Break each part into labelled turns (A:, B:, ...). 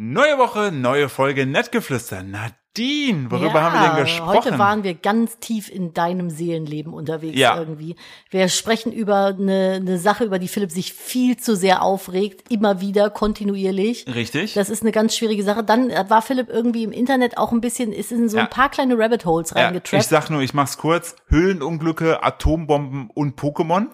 A: Neue Woche, neue Folge Nettgeflüster. Nadine, worüber
B: ja,
A: haben wir denn gesprochen?
B: Heute waren wir ganz tief in deinem Seelenleben unterwegs
A: Ja.
B: irgendwie. Wir sprechen über eine, eine Sache, über die Philipp sich viel zu sehr aufregt, immer wieder, kontinuierlich.
A: Richtig.
B: Das ist eine ganz schwierige Sache. Dann war Philipp irgendwie im Internet auch ein bisschen, ist in so
A: Ja.
B: ein paar kleine Rabbit Holes
A: ja, ich
B: reingetrappt.
A: sag nur, ich mach's kurz. Höhlenunglücke, Atombomben und Pokémon.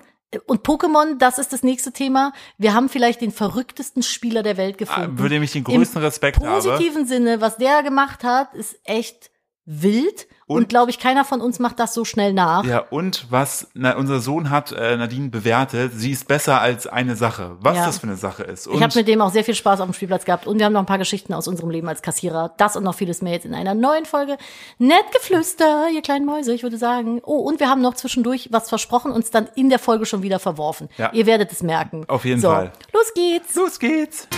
B: Und Pokémon, das ist das nächste Thema. Wir haben vielleicht den verrücktesten Spieler der Welt gefunden.
A: Ah, Würde mich äh, den größten Respekt habe.
B: positiven Sinne, was der gemacht hat, ist echt wild. Und,
A: Und-
B: glaube ich, keiner von uns macht das so schnell nach.
A: Ja, und was na, unser Sohn hat äh, Nadine bewertet, sie ist besser als eine Sache. Was
B: Ja.
A: das für eine Sache ist.
B: Ich habe
A: Und
B: mit dem auch sehr viel Spaß auf dem Spielplatz gehabt und wir haben noch ein paar Geschichten aus unserem Leben als Kassierer. Das und noch vieles mehr jetzt in einer neuen Folge. Nett geflüster, ihr kleinen Mäuse, ich würde sagen. Oh, und wir haben noch zwischendurch was versprochen, uns dann in der Folge schon wieder verworfen.
A: Ja.
B: Ihr werdet es merken.
A: Auf jeden
B: so,
A: Fall.
B: Los geht's.
A: los geht's.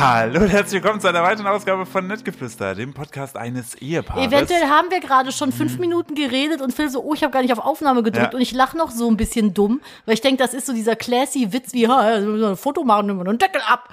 A: Hallo und herzlich willkommen zu einer weiteren Ausgabe von Nettgeflüster, dem Podcast eines Ehepaares.
B: Eventuell haben wir gerade schon fünf Minuten geredet und Phil so, oh, ich habe gar nicht auf Aufnahme gedrückt
A: Mhm. Ja.
B: und ich lache noch so ein bisschen dumm, weil ich denke, das ist so dieser classy Witz wie, ha, so ein Foto machen und einen Deckel ab.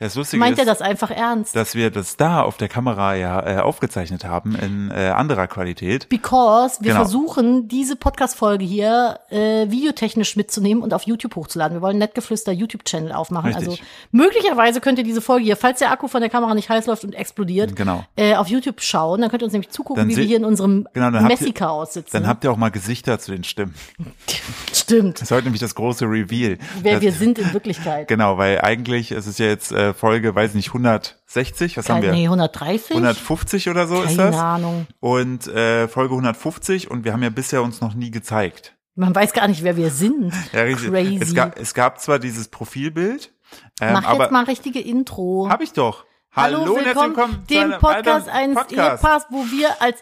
A: Das Lustige
B: Meint
A: ist,
B: er das einfach ernst?
A: dass wir das da auf der Kamera ja äh, aufgezeichnet haben in äh, anderer Qualität.
B: Because wir
A: Genau.
B: versuchen, diese Podcast-Folge hier äh, videotechnisch mitzunehmen und auf YouTube hochzuladen. Wir wollen Nettgeflüster YouTube-Channel aufmachen.
A: Richtig.
B: Also möglicherweise könnt ihr diese Folge hier, falls der Akku von der Kamera nicht heiß läuft und explodiert,
A: Genau.
B: äh, auf YouTube schauen. Dann könnt ihr uns nämlich zugucken,
A: Dann
B: wie wir
A: se-
B: hier in unserem
A: Genau, dann habt ihr-
B: Messika-Haus sitzen.
A: Dann habt ihr auch mal Gesichter zu den Stimmen.
B: Stimmt,
A: Das ist heute nämlich das große Reveal.
B: wer
A: das,
B: wir sind in Wirklichkeit.
A: Genau, weil eigentlich, es ist ja jetzt äh, Folge, weiß nicht, 160, was haben wir?
B: Nee, 130?
A: 150 oder so ist
B: Keine
A: das.
B: Ahnung.
A: Und äh, Folge 150 und wir haben ja bisher uns noch nie gezeigt.
B: Man weiß gar nicht, wer wir sind.
A: Ja, richtig.
B: Crazy.
A: Es, gab, es gab zwar dieses Profilbild, ähm,
B: Mach
A: aber
B: jetzt mal richtige Intro.
A: habe ich doch. Hallo, und herzlich willkommen zu
B: dem
A: einem
B: Podcast
A: weiteren
B: eines
A: Podcast.
B: Ehepaars, wo wir als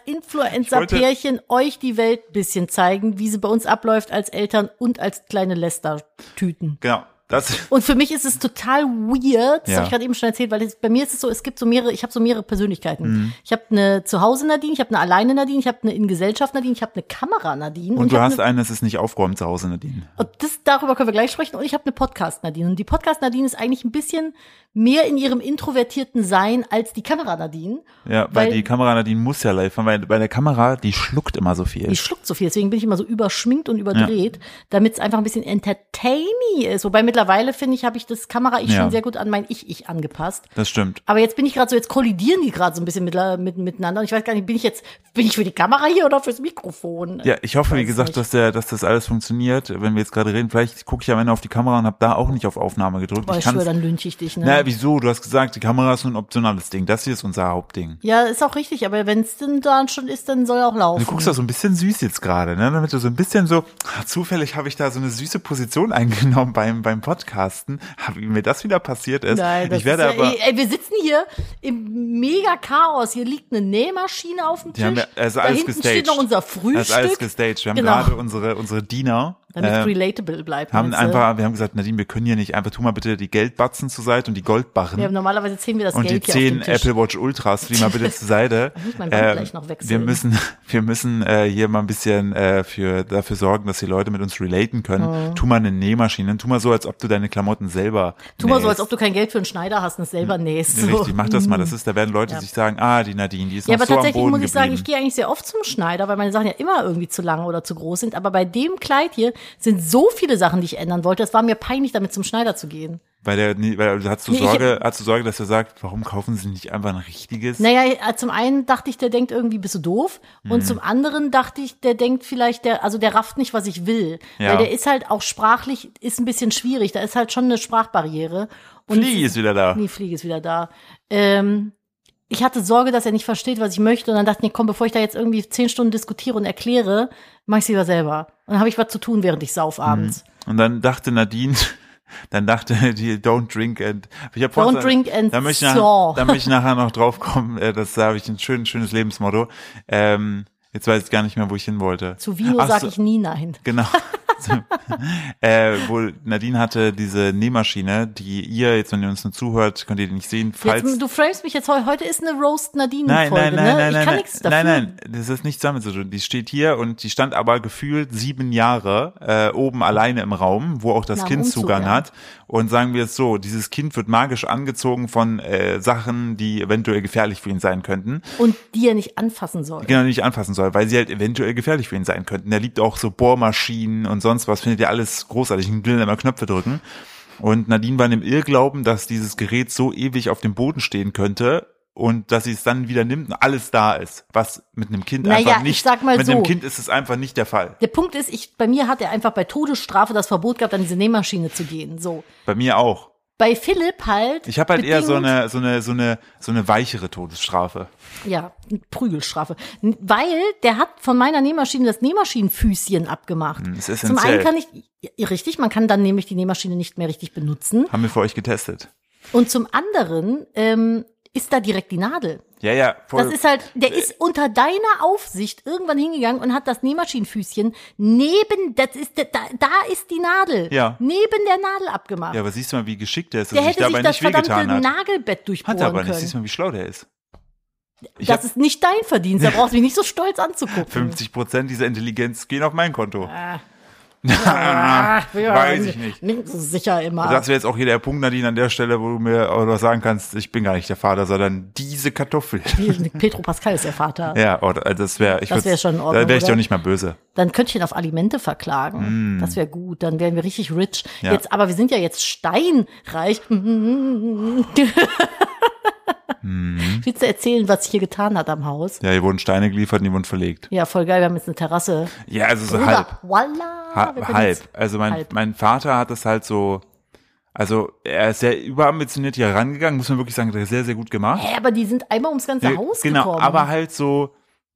B: Influencer-Pärchen euch die Welt ein bisschen zeigen, wie sie bei uns abläuft als Eltern und als kleine Lästertüten.
A: Genau, das
B: Und für mich ist es total weird, das
A: Ja.
B: habe ich gerade eben schon erzählt, weil es, bei mir ist es so, es gibt so mehrere, ich habe so mehrere Persönlichkeiten.
A: Mhm.
B: Ich habe eine Zuhause Nadine, ich habe eine alleine Nadine, ich habe eine in Gesellschaft Nadine, ich habe eine Kamera Nadine
A: Und
B: ich
A: du
B: ne habe
A: hast
B: eine,
A: einen, es ist nicht aufgeräumt zu Hause, Nadine.
B: und das darüber können wir gleich sprechen und ich habe eine Podcast Nadine und die Podcast Nadine ist eigentlich ein bisschen mehr in ihrem introvertierten Sein als die Kamera Nadine.
A: Ja, weil,
B: Weil-
A: die Kamera, Nadine muss ja live, weil bei der Kamera, die schluckt immer so viel.
B: Die schluckt so viel, deswegen bin ich immer so überschminkt und überdreht, damit es einfach ein bisschen entertaining ist. Wobei mittlerweile, finde ich, habe ich das Kamera-Ich
A: Ja.
B: schon sehr gut an mein Ich-Ich angepasst.
A: Das stimmt.
B: Aber jetzt bin ich gerade so, jetzt kollidieren die gerade so ein bisschen mit, mit, miteinander. Und ich weiß gar nicht, bin ich jetzt, bin ich für die Kamera hier oder fürs Mikrofon?
A: Ja, ich hoffe, wie
B: Weiß
A: gesagt,
B: nicht.
A: dass, der, dass das alles funktioniert. Wenn wir jetzt gerade reden, vielleicht gucke ich am Ende auf die Kamera und habe da auch nicht auf Aufnahme gedrückt.
B: Boah,
A: ich
B: ich schwöre,
A: kann's,
B: dann lynche ich dich, ne?
A: na, wieso? Du hast gesagt, die Kamera ist nur ein optionales Ding. Das hier ist unser Hauptding.
B: ja, ist auch richtig, aber wenn es denn dann schon ist, dann soll auch laufen.
A: Du guckst doch so ein bisschen süß jetzt gerade, ne? Damit du so ein bisschen so, ah, zufällig habe ich da so eine süße Position eingenommen beim, beim Podcasten. Hab- Wie mir das wieder passiert ist.
B: Nein, das
A: ich werde
B: ist ja, eh
A: aber.
B: ey, ey, wir sitzen hier im mega Chaos. Hier liegt eine Nähmaschine auf dem Tisch.
A: Die haben ja, also
B: da
A: alles
B: hinten
A: gestaged.
B: steht noch unser Frühstück.
A: Das ist alles gestaged. Wir haben
B: Genau.
A: gerade unsere, unsere Diener.
B: Damit es
A: äh,
B: relatable bleibt.
A: haben
B: meinst du?
A: einfach, wir haben gesagt, Nadine, wir können hier nicht einfach, tu mal bitte die Geldbatzen zur Seite und die Goldbarren
B: Wir haben normalerweise ziehen wir das
A: und die
B: Geld hier auf
A: zehn
B: den Tisch.
A: Apple Watch Ultras, tu die mal bitte zur Seite.
B: Ich muss mein Band
A: äh,
B: gleich noch wechseln.
A: wir müssen, wir müssen äh, hier mal ein bisschen äh, für, dafür sorgen, dass die Leute mit uns relaten
B: Oh.
A: können. Tu mal eine Nähmaschine, tu mal so, als ob du deine Klamotten selber
B: Tu mal so, als
A: nähst.
B: ob du kein Geld für einen Schneider hast und es selber nähst. So.
A: Hm. Richtig, mach das mal. Das ist, da werden Leute sich sagen, ah, die Nadine, die ist
B: Ja,
A: noch
B: aber
A: so am
B: tatsächlich
A: Boden
B: muss ich sagen, ich
A: geblieben.
B: gehe eigentlich sehr oft zum Schneider, weil meine Sachen ja immer irgendwie zu lang oder zu groß sind. Aber bei dem Kleid hier sind so viele Sachen, die ich ändern wollte. Es war mir peinlich, damit zum Schneider zu gehen.
A: Weil der, nee, weil also hast du
B: Nee, ich-
A: Sorge, hast du Sorge, dass er sagt, warum kaufen sie nicht einfach ein richtiges?
B: Naja, äh, zum einen dachte ich, der denkt irgendwie, bist du doof?
A: Hm.
B: Und zum anderen dachte ich, der denkt vielleicht, der, also der rafft nicht, was ich will.
A: Ja.
B: Weil der ist halt auch sprachlich, ist ein bisschen schwierig. Da ist halt schon eine Sprachbarriere. Und
A: Fliege ist wieder da.
B: Nee, Fliege ist wieder da. Ähm, ich hatte Sorge, dass er nicht versteht, was ich möchte. Und dann dachte ich, nee, komm, bevor ich da jetzt irgendwie zehn Stunden diskutiere und erkläre, mach ich lieber selber. Und dann habe ich was zu tun, während ich
A: Mhm.
B: sauf abends.
A: Und dann dachte Nadine, dann dachte die Don't Drink and ich hab vorhin-
B: Don't drink and
A: da möchte ich
B: saw.
A: nachher, da möchte ich nachher noch drauf kommen, äh, das da habe ich ein schön, schönes Lebensmotto. Ähm, jetzt weiß ich gar nicht mehr, wo ich hin wollte.
B: Zu Vino
A: Ach
B: sag
A: so,
B: ich nie nein.
A: Genau. äh, wo Nadine hatte diese Nähmaschine, die ihr, jetzt wenn ihr uns nur zuhört, könnt ihr die nicht sehen, falls...
B: Jetzt, du framest mich jetzt heute. Heute ist eine Roast Nadine
A: Nein, nein,
B: Folge,
A: nein,
B: ne?
A: nein,
B: ich
A: nein,
B: kann
A: nein,
B: nichts dafür.
A: nein, nein, das ist nichts damit zu tun. Die steht hier und die stand aber gefühlt sieben Jahre äh, oben alleine im Raum, wo auch das
B: Na,
A: Kind
B: Umzug,
A: Zugang
B: ja.
A: hat. Und sagen wir es so, dieses Kind wird magisch angezogen von äh, Sachen, die eventuell gefährlich für ihn sein könnten,
B: Und die er nicht anfassen soll.
A: die er Genau, nicht anfassen soll, weil sie halt eventuell gefährlich für ihn sein könnten. Er liebt auch so Bohrmaschinen und sonst was, findet er alles großartig und will dann immer Knöpfe drücken. Und Nadine war in dem Irrglauben, dass dieses Gerät so ewig auf dem Boden stehen könnte und dass sie es dann wieder nimmt und alles da ist, was mit einem Kind
B: Naja,
A: einfach
B: ich
A: nicht.
B: sag mal
A: mit
B: so.
A: einem Kind ist es einfach nicht der Fall.
B: Der Punkt ist, ich, bei mir hat er einfach bei Todesstrafe das Verbot gehabt, an diese Nähmaschine zu gehen. So.
A: Bei mir auch.
B: Bei Philipp halt.
A: Ich habe halt eher so
B: bedingt-
A: eine so eine so eine so eine weichere Todesstrafe.
B: Ja, Prügelstrafe. N- Weil der hat von meiner Nähmaschine das Nähmaschinenfüßchen abgemacht.
A: Hm, ist
B: Zum einen
A: essentiell.
B: kann ich, ja, richtig, man kann dann nämlich die Nähmaschine nicht mehr richtig benutzen.
A: Haben wir für euch getestet.
B: Und zum anderen ähm, ist da direkt die Nadel.
A: Ja, ja, voll.
B: Das ist halt, der ist unter deiner Aufsicht irgendwann hingegangen und hat das Nähmaschinenfüßchen neben, das ist, da, da ist die Nadel.
A: Ja.
B: Neben der Nadel abgemacht.
A: ja, aber siehst du mal, wie geschickt der ist, dass
B: der
A: er sich
B: hätte sich
A: dabei
B: das
A: nicht wehgetan
B: verdammte
A: hat.
B: Nagelbett durchbohren
A: Hat er aber nicht.
B: können.
A: Siehst du mal, wie schlau der ist. Ich
B: Das
A: habe
B: ist nicht dein Verdienst, da brauchst du mich nicht so stolz anzugucken.
A: 50 Prozent dieser Intelligenz gehen auf mein Konto.
B: Ah.
A: Ah, weiß ich nicht.
B: Nimmst du also sicher immer.
A: Also Das wäre jetzt auch hier der Punkt, Nadine, an der Stelle, wo du mir auch noch sagen kannst, ich bin gar nicht der Vater, sondern diese Kartoffel.
B: Wie- Petro Pascal ist der Vater.
A: Ja, oder also das wäre, ich
B: Das wär
A: würd's-
B: schon in Ordnung,
A: Da wäre ich
B: oder?
A: doch nicht mal böse.
B: Dann könnte ich ihn auf Alimente verklagen. Das wäre gut. Dann wären wir richtig rich.
A: Mm. Ja.
B: Jetzt, aber wir sind ja jetzt steinreich.
A: Mm.
B: Willst du erzählen, was ich hier getan hat am Haus?
A: Ja, hier wurden Steine geliefert und die wurden verlegt.
B: Ja, voll geil. Wir haben jetzt eine Terrasse.
A: Ja, also so
B: Bruder,
A: halb.
B: Voila,
A: Ha
B: Ah, wir können
A: halb.
B: jetzt-
A: Also mein,
B: halb.
A: mein Vater hat das halt so, also er ist sehr überambitioniert hier rangegangen, muss man wirklich sagen, hat er sehr, sehr gut gemacht.
B: Hä, aber die sind einmal ums ganze
A: Ja,
B: Haus
A: genau,
B: gekommen.
A: aber halt so,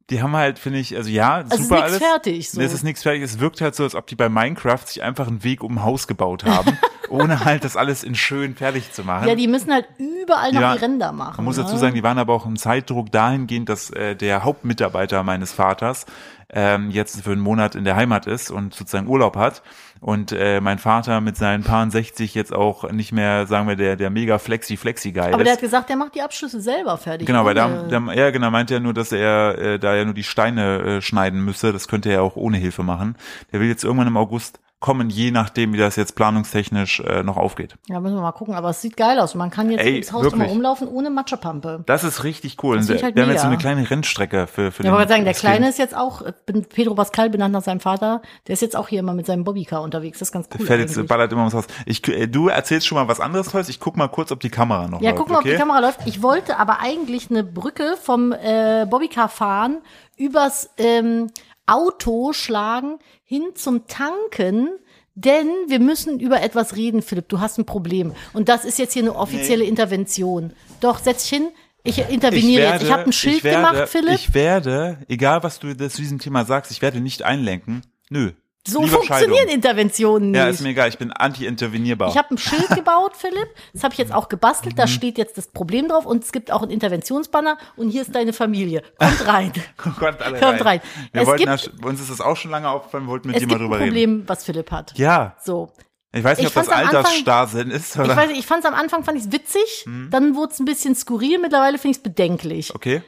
A: die haben halt, finde ich, also ja,
B: es ist
A: super
B: nix
A: alles.
B: fertig, so.
A: Nee, Es ist nichts fertig. Es wirkt halt so, als ob die bei Minecraft sich einfach einen Weg um ein Haus gebaut haben, ohne halt das alles in schön fertig zu machen.
B: ja, die müssen halt überall noch
A: Ja,
B: die Ränder machen.
A: Man muss
B: ne?
A: dazu sagen, die waren aber auch im Zeitdruck dahingehend, dass äh, der Hauptmitarbeiter meines Vaters ähm, jetzt für einen Monat in der Heimat ist und sozusagen Urlaub hat. Und äh, mein Vater mit seinen paar 60 jetzt auch nicht mehr, sagen wir, der, der mega flexi flexi geil
B: Aber
A: ist.
B: der hat gesagt, der macht die Abschlüsse selber fertig.
A: Genau, weil da,
B: ohne-
A: da, ja, genau, meinte er nur, dass er äh, da ja nur die Steine äh, schneiden müsse. Das könnte er auch ohne Hilfe machen. Der will jetzt irgendwann im August kommen, je nachdem, wie das jetzt planungstechnisch äh, noch aufgeht.
B: Ja, müssen wir mal gucken, aber es sieht geil aus. Man kann jetzt
A: Ey,
B: ums Haus
A: wirklich.
B: immer rumlaufen ohne Matschepampe.
A: Das ist richtig cool.
B: Das
A: Und
B: find ich halt
A: wir haben jetzt so eine
B: mega.
A: kleine Rennstrecke für, für
B: Ich wollte sagen, der
A: das
B: Kleine
A: Kind.
B: ist jetzt auch, äh, bin- Pedro Pascal benannt nach seinem Vater, der ist jetzt auch hier immer mit seinem Bobbycar unterwegs. Das ist ganz cool.
A: fährt jetzt,
B: eigentlich.
A: ballert immer ums Haus. Ich, äh, du erzählst schon mal was anderes, Holz. Ich guck mal kurz, ob die Kamera noch
B: ja,
A: läuft,
B: guck mal, ob
A: Äh, okay?
B: die Kamera läuft. Ich wollte aber eigentlich eine Brücke vom äh, Bobbycar fahren, übers ähm, Auto schlagen, hin zum Tanken, denn wir müssen über etwas reden, Philipp. Du hast ein Problem. Und das ist jetzt hier eine offizielle Intervention. Doch, setz dich hin. Ich interveniere jetzt. Ich habe ein Schild
A: ich werde,
B: gemacht, Philipp.
A: Ich werde, egal was du das zu diesem Thema sagst, ich werde nicht einlenken. Nö.
B: so
A: Lieber
B: funktionieren
A: Scheidung.
B: Interventionen nicht.
A: Ja, ist mir egal. Ich bin anti-intervenierbar.
B: Ich habe ein Schild gebaut, Philipp. Das habe ich jetzt auch gebastelt.
A: Mhm.
B: Da steht jetzt das Problem drauf. Und es gibt auch einen Interventionsbanner. Und hier ist deine Familie. Kommt rein.
A: Kommt alle
B: Kommt rein.
A: Wir
B: Es
A: wollten
B: gibt-
A: da, uns ist das auch schon lange aufgefallen, wir wollten mit
B: Es
A: dir
B: gibt
A: mal
B: ein
A: drüber
B: Problem,
A: reden.
B: was Philipp hat.
A: Ja.
B: So.
A: Ich weiß nicht,
B: Ich
A: ob das
B: fand's am Anfang-
A: Altersstarrsinn ist,
B: Ich
A: oder? Mhm.
B: weiß nicht, ich fand es am Anfang fand ich's witzig, dann wurde es ein bisschen skurril, mittlerweile finde ich es bedenklich.
A: okay. Mhm.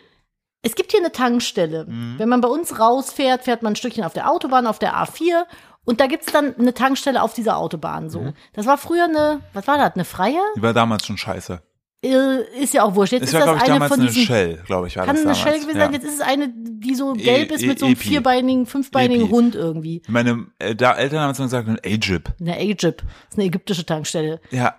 B: Es gibt hier eine Tankstelle. Wenn man bei uns rausfährt, fährt man ein Stückchen auf der Autobahn, auf der A4 und da gibt's dann eine Tankstelle auf dieser Autobahn so.
A: Mhm.
B: Das war früher eine, was war das, eine freie?
A: Die war damals schon scheiße.
B: Äh, Ist ja auch wurscht. Jetzt
A: Es
B: ist
A: war,
B: das
A: glaube ich,
B: eine
A: damals
B: von
A: eine
B: diesen
A: Shell, glaube ich, war
B: Kann
A: das
B: eine
A: damals.
B: Shell gewesen sein.
A: Ja.
B: Jetzt ist es eine, die so gelb
A: E-
B: ist mit so
A: E-
B: einem
A: Epi.
B: vierbeinigen, fünfbeinigen
A: Epi.
B: Hund irgendwie.
A: Meine äh, da Eltern haben es immer gesagt, ein A-Jib.
B: Eine Egypt. Das ist eine ägyptische Tankstelle.
A: Ja.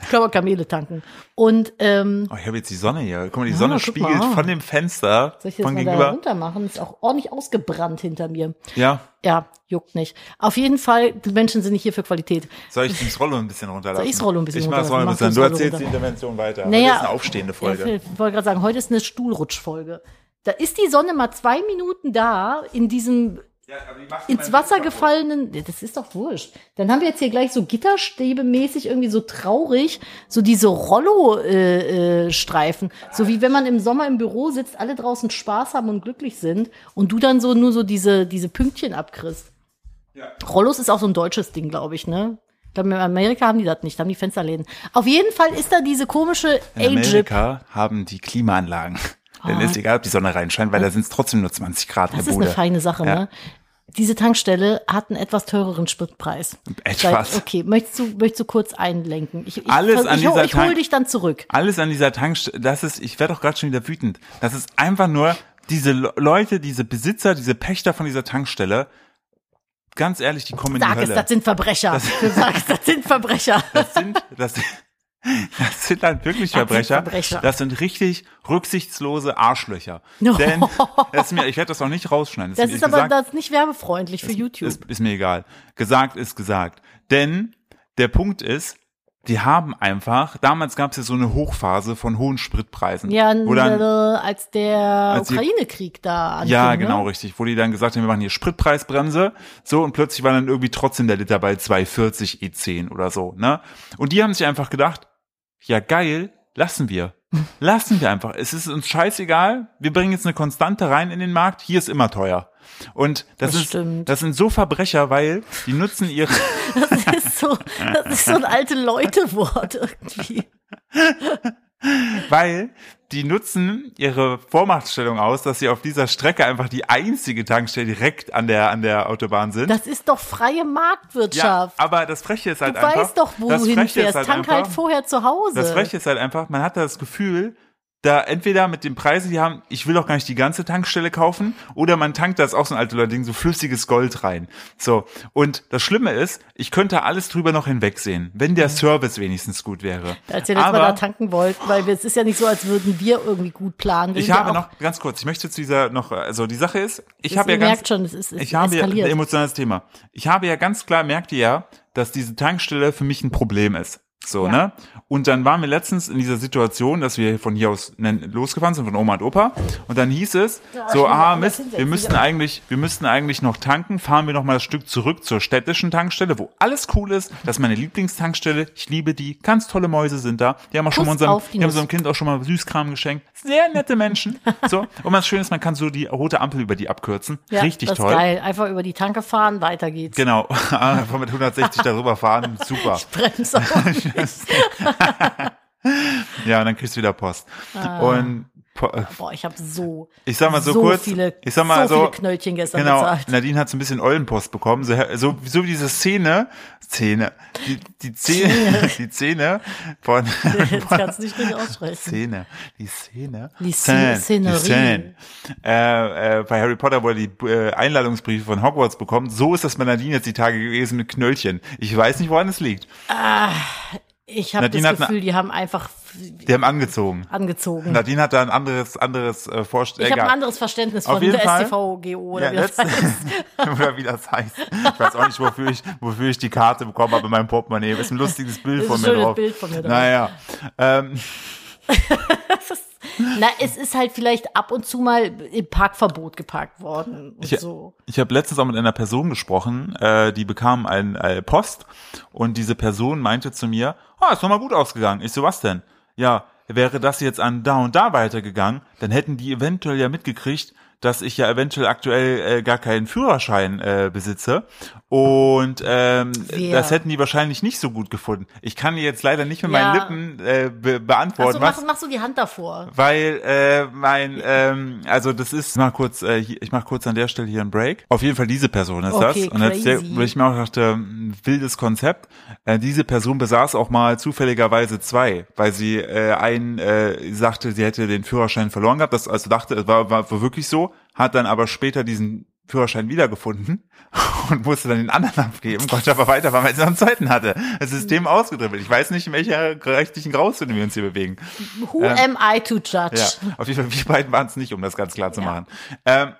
B: Ich kann man Kamele tanken. Und ähm,
A: Oh, ich habe jetzt die Sonne hier. Guck mal, die
B: Ja,
A: Sonne
B: guck
A: spiegelt
B: mal.
A: von dem Fenster
B: soll ich jetzt
A: von
B: mal da
A: gegenüber.
B: runter machen? Ist auch ordentlich ausgebrannt hinter mir.
A: Ja.
B: Ja, juckt nicht. Auf jeden Fall, die Menschen sind nicht hier für Qualität.
A: Soll ich das Rollo ein bisschen runterlassen?
B: Soll ich's Rollo ein bisschen
A: ich mach das Rollo ein
B: runterlassen?
A: bisschen.
B: Mach
A: Du
B: du das
A: erzählst
B: Rollo
A: die Intervention weiter.
B: Naja,
A: das ist eine aufstehende Folge.
B: Ja, ich wollte gerade sagen, heute ist eine Stuhlrutschfolge. Da ist die Sonne mal zwei Minuten da in diesem
A: Ja, aber die macht
B: ins
A: mein
B: Wasser
A: Fenster kaputt.
B: gefallenen. Das ist doch wurscht. Dann haben wir jetzt hier gleich so Gitterstäbe-mäßig irgendwie so traurig, so diese Rollo-Streifen. Äh, Streifen. so wie wenn man im Sommer im Büro sitzt, alle draußen Spaß haben und glücklich sind und du dann so nur so diese, diese Pünktchen abkriegst.
A: Ja.
B: Rollos ist auch so ein deutsches Ding, glaube ich, ne? Ich glaube, in Amerika haben die das nicht, da haben die Fensterläden. Auf jeden Fall ist da diese komische
A: In
B: A-Jip.
A: Amerika haben die Klimaanlagen. Dann
B: Oh.
A: ist egal, ob die Sonne reinscheint, weil da sind es trotzdem nur 20 Grad in
B: Das
A: der
B: ist eine
A: Bude.
B: feine Sache,
A: Ja.
B: ne? Diese Tankstelle hat einen etwas teureren Spritpreis.
A: Etwas.
B: Seit- Okay, möchtest du, möchtest du kurz einlenken? Ich, ich,
A: Alles
B: ich,
A: an
B: ich, hol-
A: dieser
B: ich hol
A: Tank-
B: dich dann zurück.
A: Alles an dieser Tankstelle, das ist, ich werde doch gerade schon wieder wütend. Das ist einfach nur diese Le- Leute, diese Besitzer, diese Pächter von dieser Tankstelle. Ganz ehrlich, die kommen in
B: Sag
A: die
B: es,
A: Hölle.
B: das sind Verbrecher. Du sagst, das sind Verbrecher.
A: Das sind, das, das sind halt wirklich
B: sind
A: Verbrecher.
B: Verbrecher.
A: Das sind richtig rücksichtslose Arschlöcher.
B: No.
A: Denn das ist mir, ich werde das auch nicht rausschneiden.
B: Das
A: mir
B: ist aber
A: gesagt-
B: das ist nicht werbefreundlich für YouTube.
A: Ist, ist mir egal. Gesagt ist gesagt. Denn der Punkt ist, die haben einfach, damals gab es ja so eine Hochphase von hohen Spritpreisen.
B: ja,
A: wo dann,
B: äh, als der
A: die-
B: Ukraine-Krieg da anfing.
A: ja genau,
B: Ne?
A: richtig. Wo die dann gesagt haben, wir machen hier Spritpreisbremse. So, und plötzlich war dann irgendwie trotzdem der Liter bei 2,40 E10 oder so. Ne? Und die haben sich einfach gedacht, ja geil, lassen wir. Lassen wir einfach. Es ist uns scheißegal. Wir bringen jetzt eine Konstante rein in den Markt. Hier ist immer teuer. Und das,
B: Das
A: ist,
B: stimmt.
A: das sind so Verbrecher, weil die nutzen ihre,
B: Das ist so, das ist so ein alte Leute-Wort irgendwie.
A: Weil die nutzen ihre Vormachtstellung aus, dass sie auf dieser Strecke einfach die einzige Tankstelle direkt an der, an der Autobahn sind.
B: Das ist doch freie Marktwirtschaft.
A: aber das Freche ist halt
B: du
A: einfach.
B: weißt doch, wo
A: das
B: du
A: Freche ist
B: hinfährst.
A: halt
B: Tank
A: einfach,
B: halt vorher zu Hause.
A: Das Freche ist halt einfach, man hat das Gefühl, da entweder mit den Preisen, die haben, ich will doch gar nicht die ganze Tankstelle kaufen, oder man tankt da ist auch so ein altes Ding, so flüssiges Gold rein. So. Und das Schlimme ist, ich könnte alles drüber noch hinwegsehen, wenn der Service wenigstens gut wäre.
B: als wir letztes Mal
A: Aber-
B: Mhm. da tanken wollten, weil wir, es ist ja nicht so, als würden wir irgendwie gut planen. Wir
A: Ich
B: sind ja
A: habe
B: auch-
A: noch, ganz kurz, ich möchte zu dieser noch, also die Sache ist, ich
B: Das-
A: habe ja
B: ihr
A: ganz,
B: merkt schon, es ist- es
A: ich habe ja,
B: eskaliert.
A: ein emotionales Thema. Ich habe ja ganz klar, merkt ihr ja, dass diese Tankstelle für mich ein Problem ist. So,
B: Ja.
A: ne? Und dann waren wir letztens in dieser Situation, dass wir von hier aus nen- losgefahren sind, von Oma und Opa. Und dann hieß es,
B: Ja,
A: so,
B: ich will
A: ah,
B: woanders
A: Mist,
B: hinsetzen,
A: wir müssten
B: ja.
A: eigentlich, wir müssten eigentlich noch tanken, fahren wir noch mal das Stück zurück zur städtischen Tankstelle, wo alles cool ist. Das ist meine Lieblingstankstelle. Ich liebe die. Ganz tolle Mäuse sind da. Die haben auch schon mal
B: Kuss
A: unserem,
B: auf die
A: die haben
B: Nuss.
A: so einem Kind auch schon mal Süßkram geschenkt. Sehr nette Menschen. So. Und was schön ist, man kann so die rote Ampel über die abkürzen.
B: ja,
A: Richtig
B: das
A: toll.
B: Ist geil. Einfach über die Tanke fahren, weiter geht's.
A: Genau. Einfach mit 160 darüber fahren. Super.
B: Brems auf.
A: Ja, und dann kriegst du wieder Post.
B: Ah.
A: Und po äh,
B: Boah, ich habe so,
A: ich sag mal so,
B: so
A: kurz.
B: viele,
A: ich sag mal
B: so,
A: so,
B: viele Knöllchen gestern
A: genau,
B: bezahlt.
A: Nadine hat so ein bisschen Eulenpost bekommen. So, so, so wie diese Szene, Szene, die, die Szene, die Szene von,
B: Jetzt kannst du nicht richtig aussprechen.
A: Szene, die Szene.
B: Die
A: Szene,
B: Szenerie.
A: Die Szene. Äh, äh, bei Harry Potter, wo er die äh, Einladungsbriefe von Hogwarts bekommt, so ist das bei Nadine jetzt die Tage gewesen mit Knöllchen. Ich weiß nicht, woran es liegt.
B: Ich habe
A: Nadine
B: das
A: hat ne-
B: Gefühl, die haben einfach
A: Die haben angezogen.
B: angezogen.
A: Nadine hat da ein anderes, anderes äh, Vorstellung.
B: Ich habe ein anderes Verständnis
A: Auf
B: von
A: jeden
B: der
A: Fall.
B: STVGO oder
A: Ja,
B: wie das
A: letzte-
B: heißt.
A: oder wie das heißt. Ich weiß auch nicht, wofür ich, wofür ich die Karte bekomme, aber mein Portemonnaie ist ein lustiges Bild
B: Ist
A: von
B: ein
A: mir
B: schönes
A: drauf.
B: Bild von mir drauf.
A: Naja, ähm,
B: Na, es ist halt vielleicht ab und zu mal im Parkverbot geparkt worden und
A: Ich-
B: so.
A: Ich habe letztens auch mit einer Person gesprochen, äh, die bekam ein äh, Post und diese Person meinte zu mir, ah, ist nochmal gut ausgegangen. Ich so, was denn? Ja, wäre das jetzt an da und da weitergegangen, dann hätten die eventuell ja mitgekriegt, dass ich ja eventuell aktuell äh, gar keinen Führerschein äh, besitze. Und ähm,
B: Wer?
A: das hätten die wahrscheinlich nicht so gut gefunden. Ich kann dir jetzt leider nicht mit
B: Ja.
A: meinen Lippen äh, be beantworten,
B: Also
A: was,
B: machst, machst du die Hand davor.
A: weil äh, mein, ähm, also das ist, ich mach kurz, äh, hier, ich mach kurz an der Stelle hier einen Break. Auf jeden Fall diese Person ist
B: Okay,
A: das. Und als der,
B: crazy.
A: wo ich mir auch dachte, mh, wildes Konzept. Äh, diese Person besaß auch mal zufälligerweise zwei, weil sie äh, einen äh, sagte, sie hätte den Führerschein verloren gehabt. Das also dachte, es war, war, war wirklich so, hat dann aber später diesen Führerschein wiedergefunden und musste dann den anderen abgeben, konnte aber weiterfahren, weil sie noch einen zweiten hatte. Das System ausgedribbelt. Ich weiß nicht, in welcher rechtlichen Grauzone wir uns hier bewegen.
B: Who am I to judge?
A: Ähm, Ja, auf jeden Fall, wir beiden waren es nicht, um das ganz klar zu
B: Ja.
A: machen. Ähm,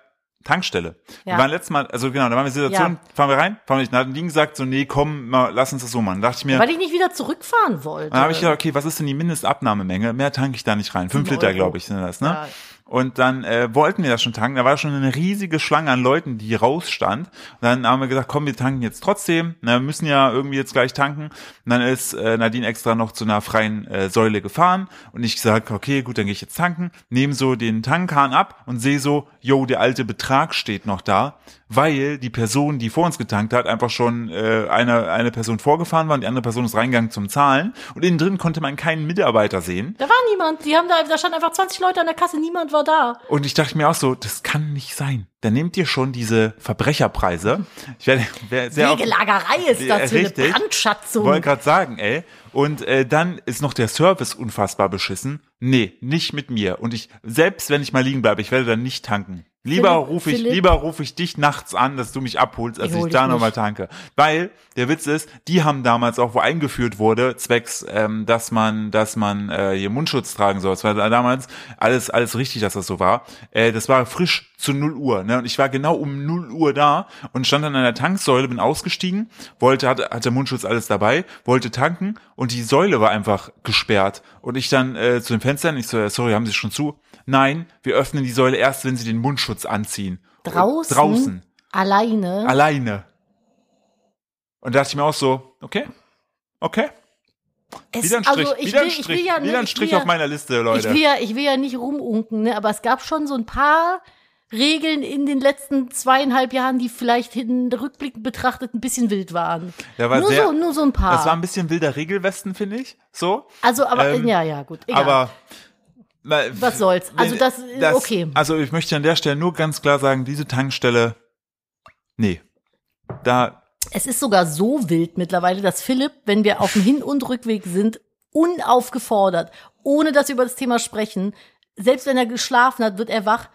A: Tankstelle.
B: Ja.
A: Wir waren letztes Mal, also genau, da waren wir in der Situation, fahren wir rein, fahren wir nicht. Dann hat Nadine gesagt, so, nee, komm, mal, lass uns das so machen. Dann dachte ich mir,
B: Weil äh, ich nicht wieder zurückfahren wollte.
A: dann habe ich gedacht, okay, was ist denn die Mindestabnahmemenge? Mehr tanke ich da nicht rein. Fünf
B: Sieben
A: Liter,
B: Euro.
A: glaube ich, sind das, ne?
B: Ja.
A: Und dann äh, wollten wir das schon tanken. Da war schon eine riesige Schlange an Leuten, die rausstand. Und dann haben wir gesagt, komm, wir tanken jetzt trotzdem. Na, wir müssen ja irgendwie jetzt gleich tanken. Und dann ist äh, Nadine extra noch zu einer freien äh, Säule gefahren. Und ich gesagt, okay, gut, dann gehe ich jetzt tanken. Nehme so den Tankkahn ab und sehe so, yo, der alte Betrag steht noch da. Weil die Person, die vor uns getankt hat, einfach schon äh, eine, eine Person vorgefahren war und die andere Person ist reingegangen zum Zahlen. Und innen drin konnte man keinen Mitarbeiter sehen.
B: Da war niemand. Die haben da, da standen einfach 20 Leute an der Kasse, niemand war da.
A: Und ich dachte mir auch so, das kann nicht sein. Dann nehmt ihr schon diese Verbrecherpreise. Ich werde wer- sehr oft-
B: Wegelagerei ist das für eine
A: Richtig.
B: Brandschatzung.
A: wollte gerade sagen, ey. Und äh, dann ist noch der Service unfassbar beschissen. Nee, nicht mit mir. Und ich, selbst wenn ich mal liegen bleibe, ich werde dann nicht tanken. Lieber
B: Philipp,
A: rufe ich,
B: Philipp.
A: lieber rufe ich dich nachts an, dass du mich abholst, als
B: Ich
A: ich,
B: hol dich
A: da
B: nicht.
A: nochmal tanke. Weil der Witz ist, die haben damals auch, wo eingeführt wurde, zwecks, ähm, dass man, dass man äh, hier Mundschutz tragen soll. Es war da damals alles, alles richtig, dass das so war. Äh, das war frisch zu 0 Uhr. Ne? Und ich war genau um 0 Uhr da und stand dann an der Tanksäule, bin ausgestiegen, wollte, hatte, hatte Mundschutz alles dabei, wollte tanken und die Säule war einfach gesperrt. Und ich dann äh, zu den Fenstern, ich so, ja, sorry, haben sie schon zu? Nein, wir öffnen die Säule erst, wenn sie den Mundschutz anziehen. Und
B: draußen, Hm?
A: Draußen.
B: alleine.
A: Alleine. Und da dachte ich mir auch so, okay, okay.
B: Es-
A: Ah, Wieder ein Strich,
B: also ich
A: wieder
B: will-
A: ein
B: ich will
A: Strich,
B: ja nicht-
A: wieder ein
B: ich
A: Strich
B: will ja-
A: auf meiner Liste,
B: Ich will
A: Leute.
B: ja, ich will ja nicht rumunken, ne? aber es gab schon so ein paar Regeln in den letzten zweieinhalb Jahren, die vielleicht hinten rückblickend betrachtet ein bisschen wild waren.
A: Ja, war
B: nur
A: sehr-
B: so, nur so ein paar.
A: Das war ein bisschen wilder Regelwesten, finde ich. So.
B: also, aber
A: ähm,
B: ja, ja, gut. Egal.
A: Aber na,
B: Was soll's. Also
A: wenn-
B: das- okay.
A: Also ich möchte an der Stelle nur ganz klar sagen, diese Tankstelle, nee, da
B: es ist sogar so wild mittlerweile, dass Philipp, wenn wir auf dem Hin- und Rückweg sind, unaufgefordert, ohne dass wir über das Thema sprechen, selbst wenn er geschlafen hat, wird er wach,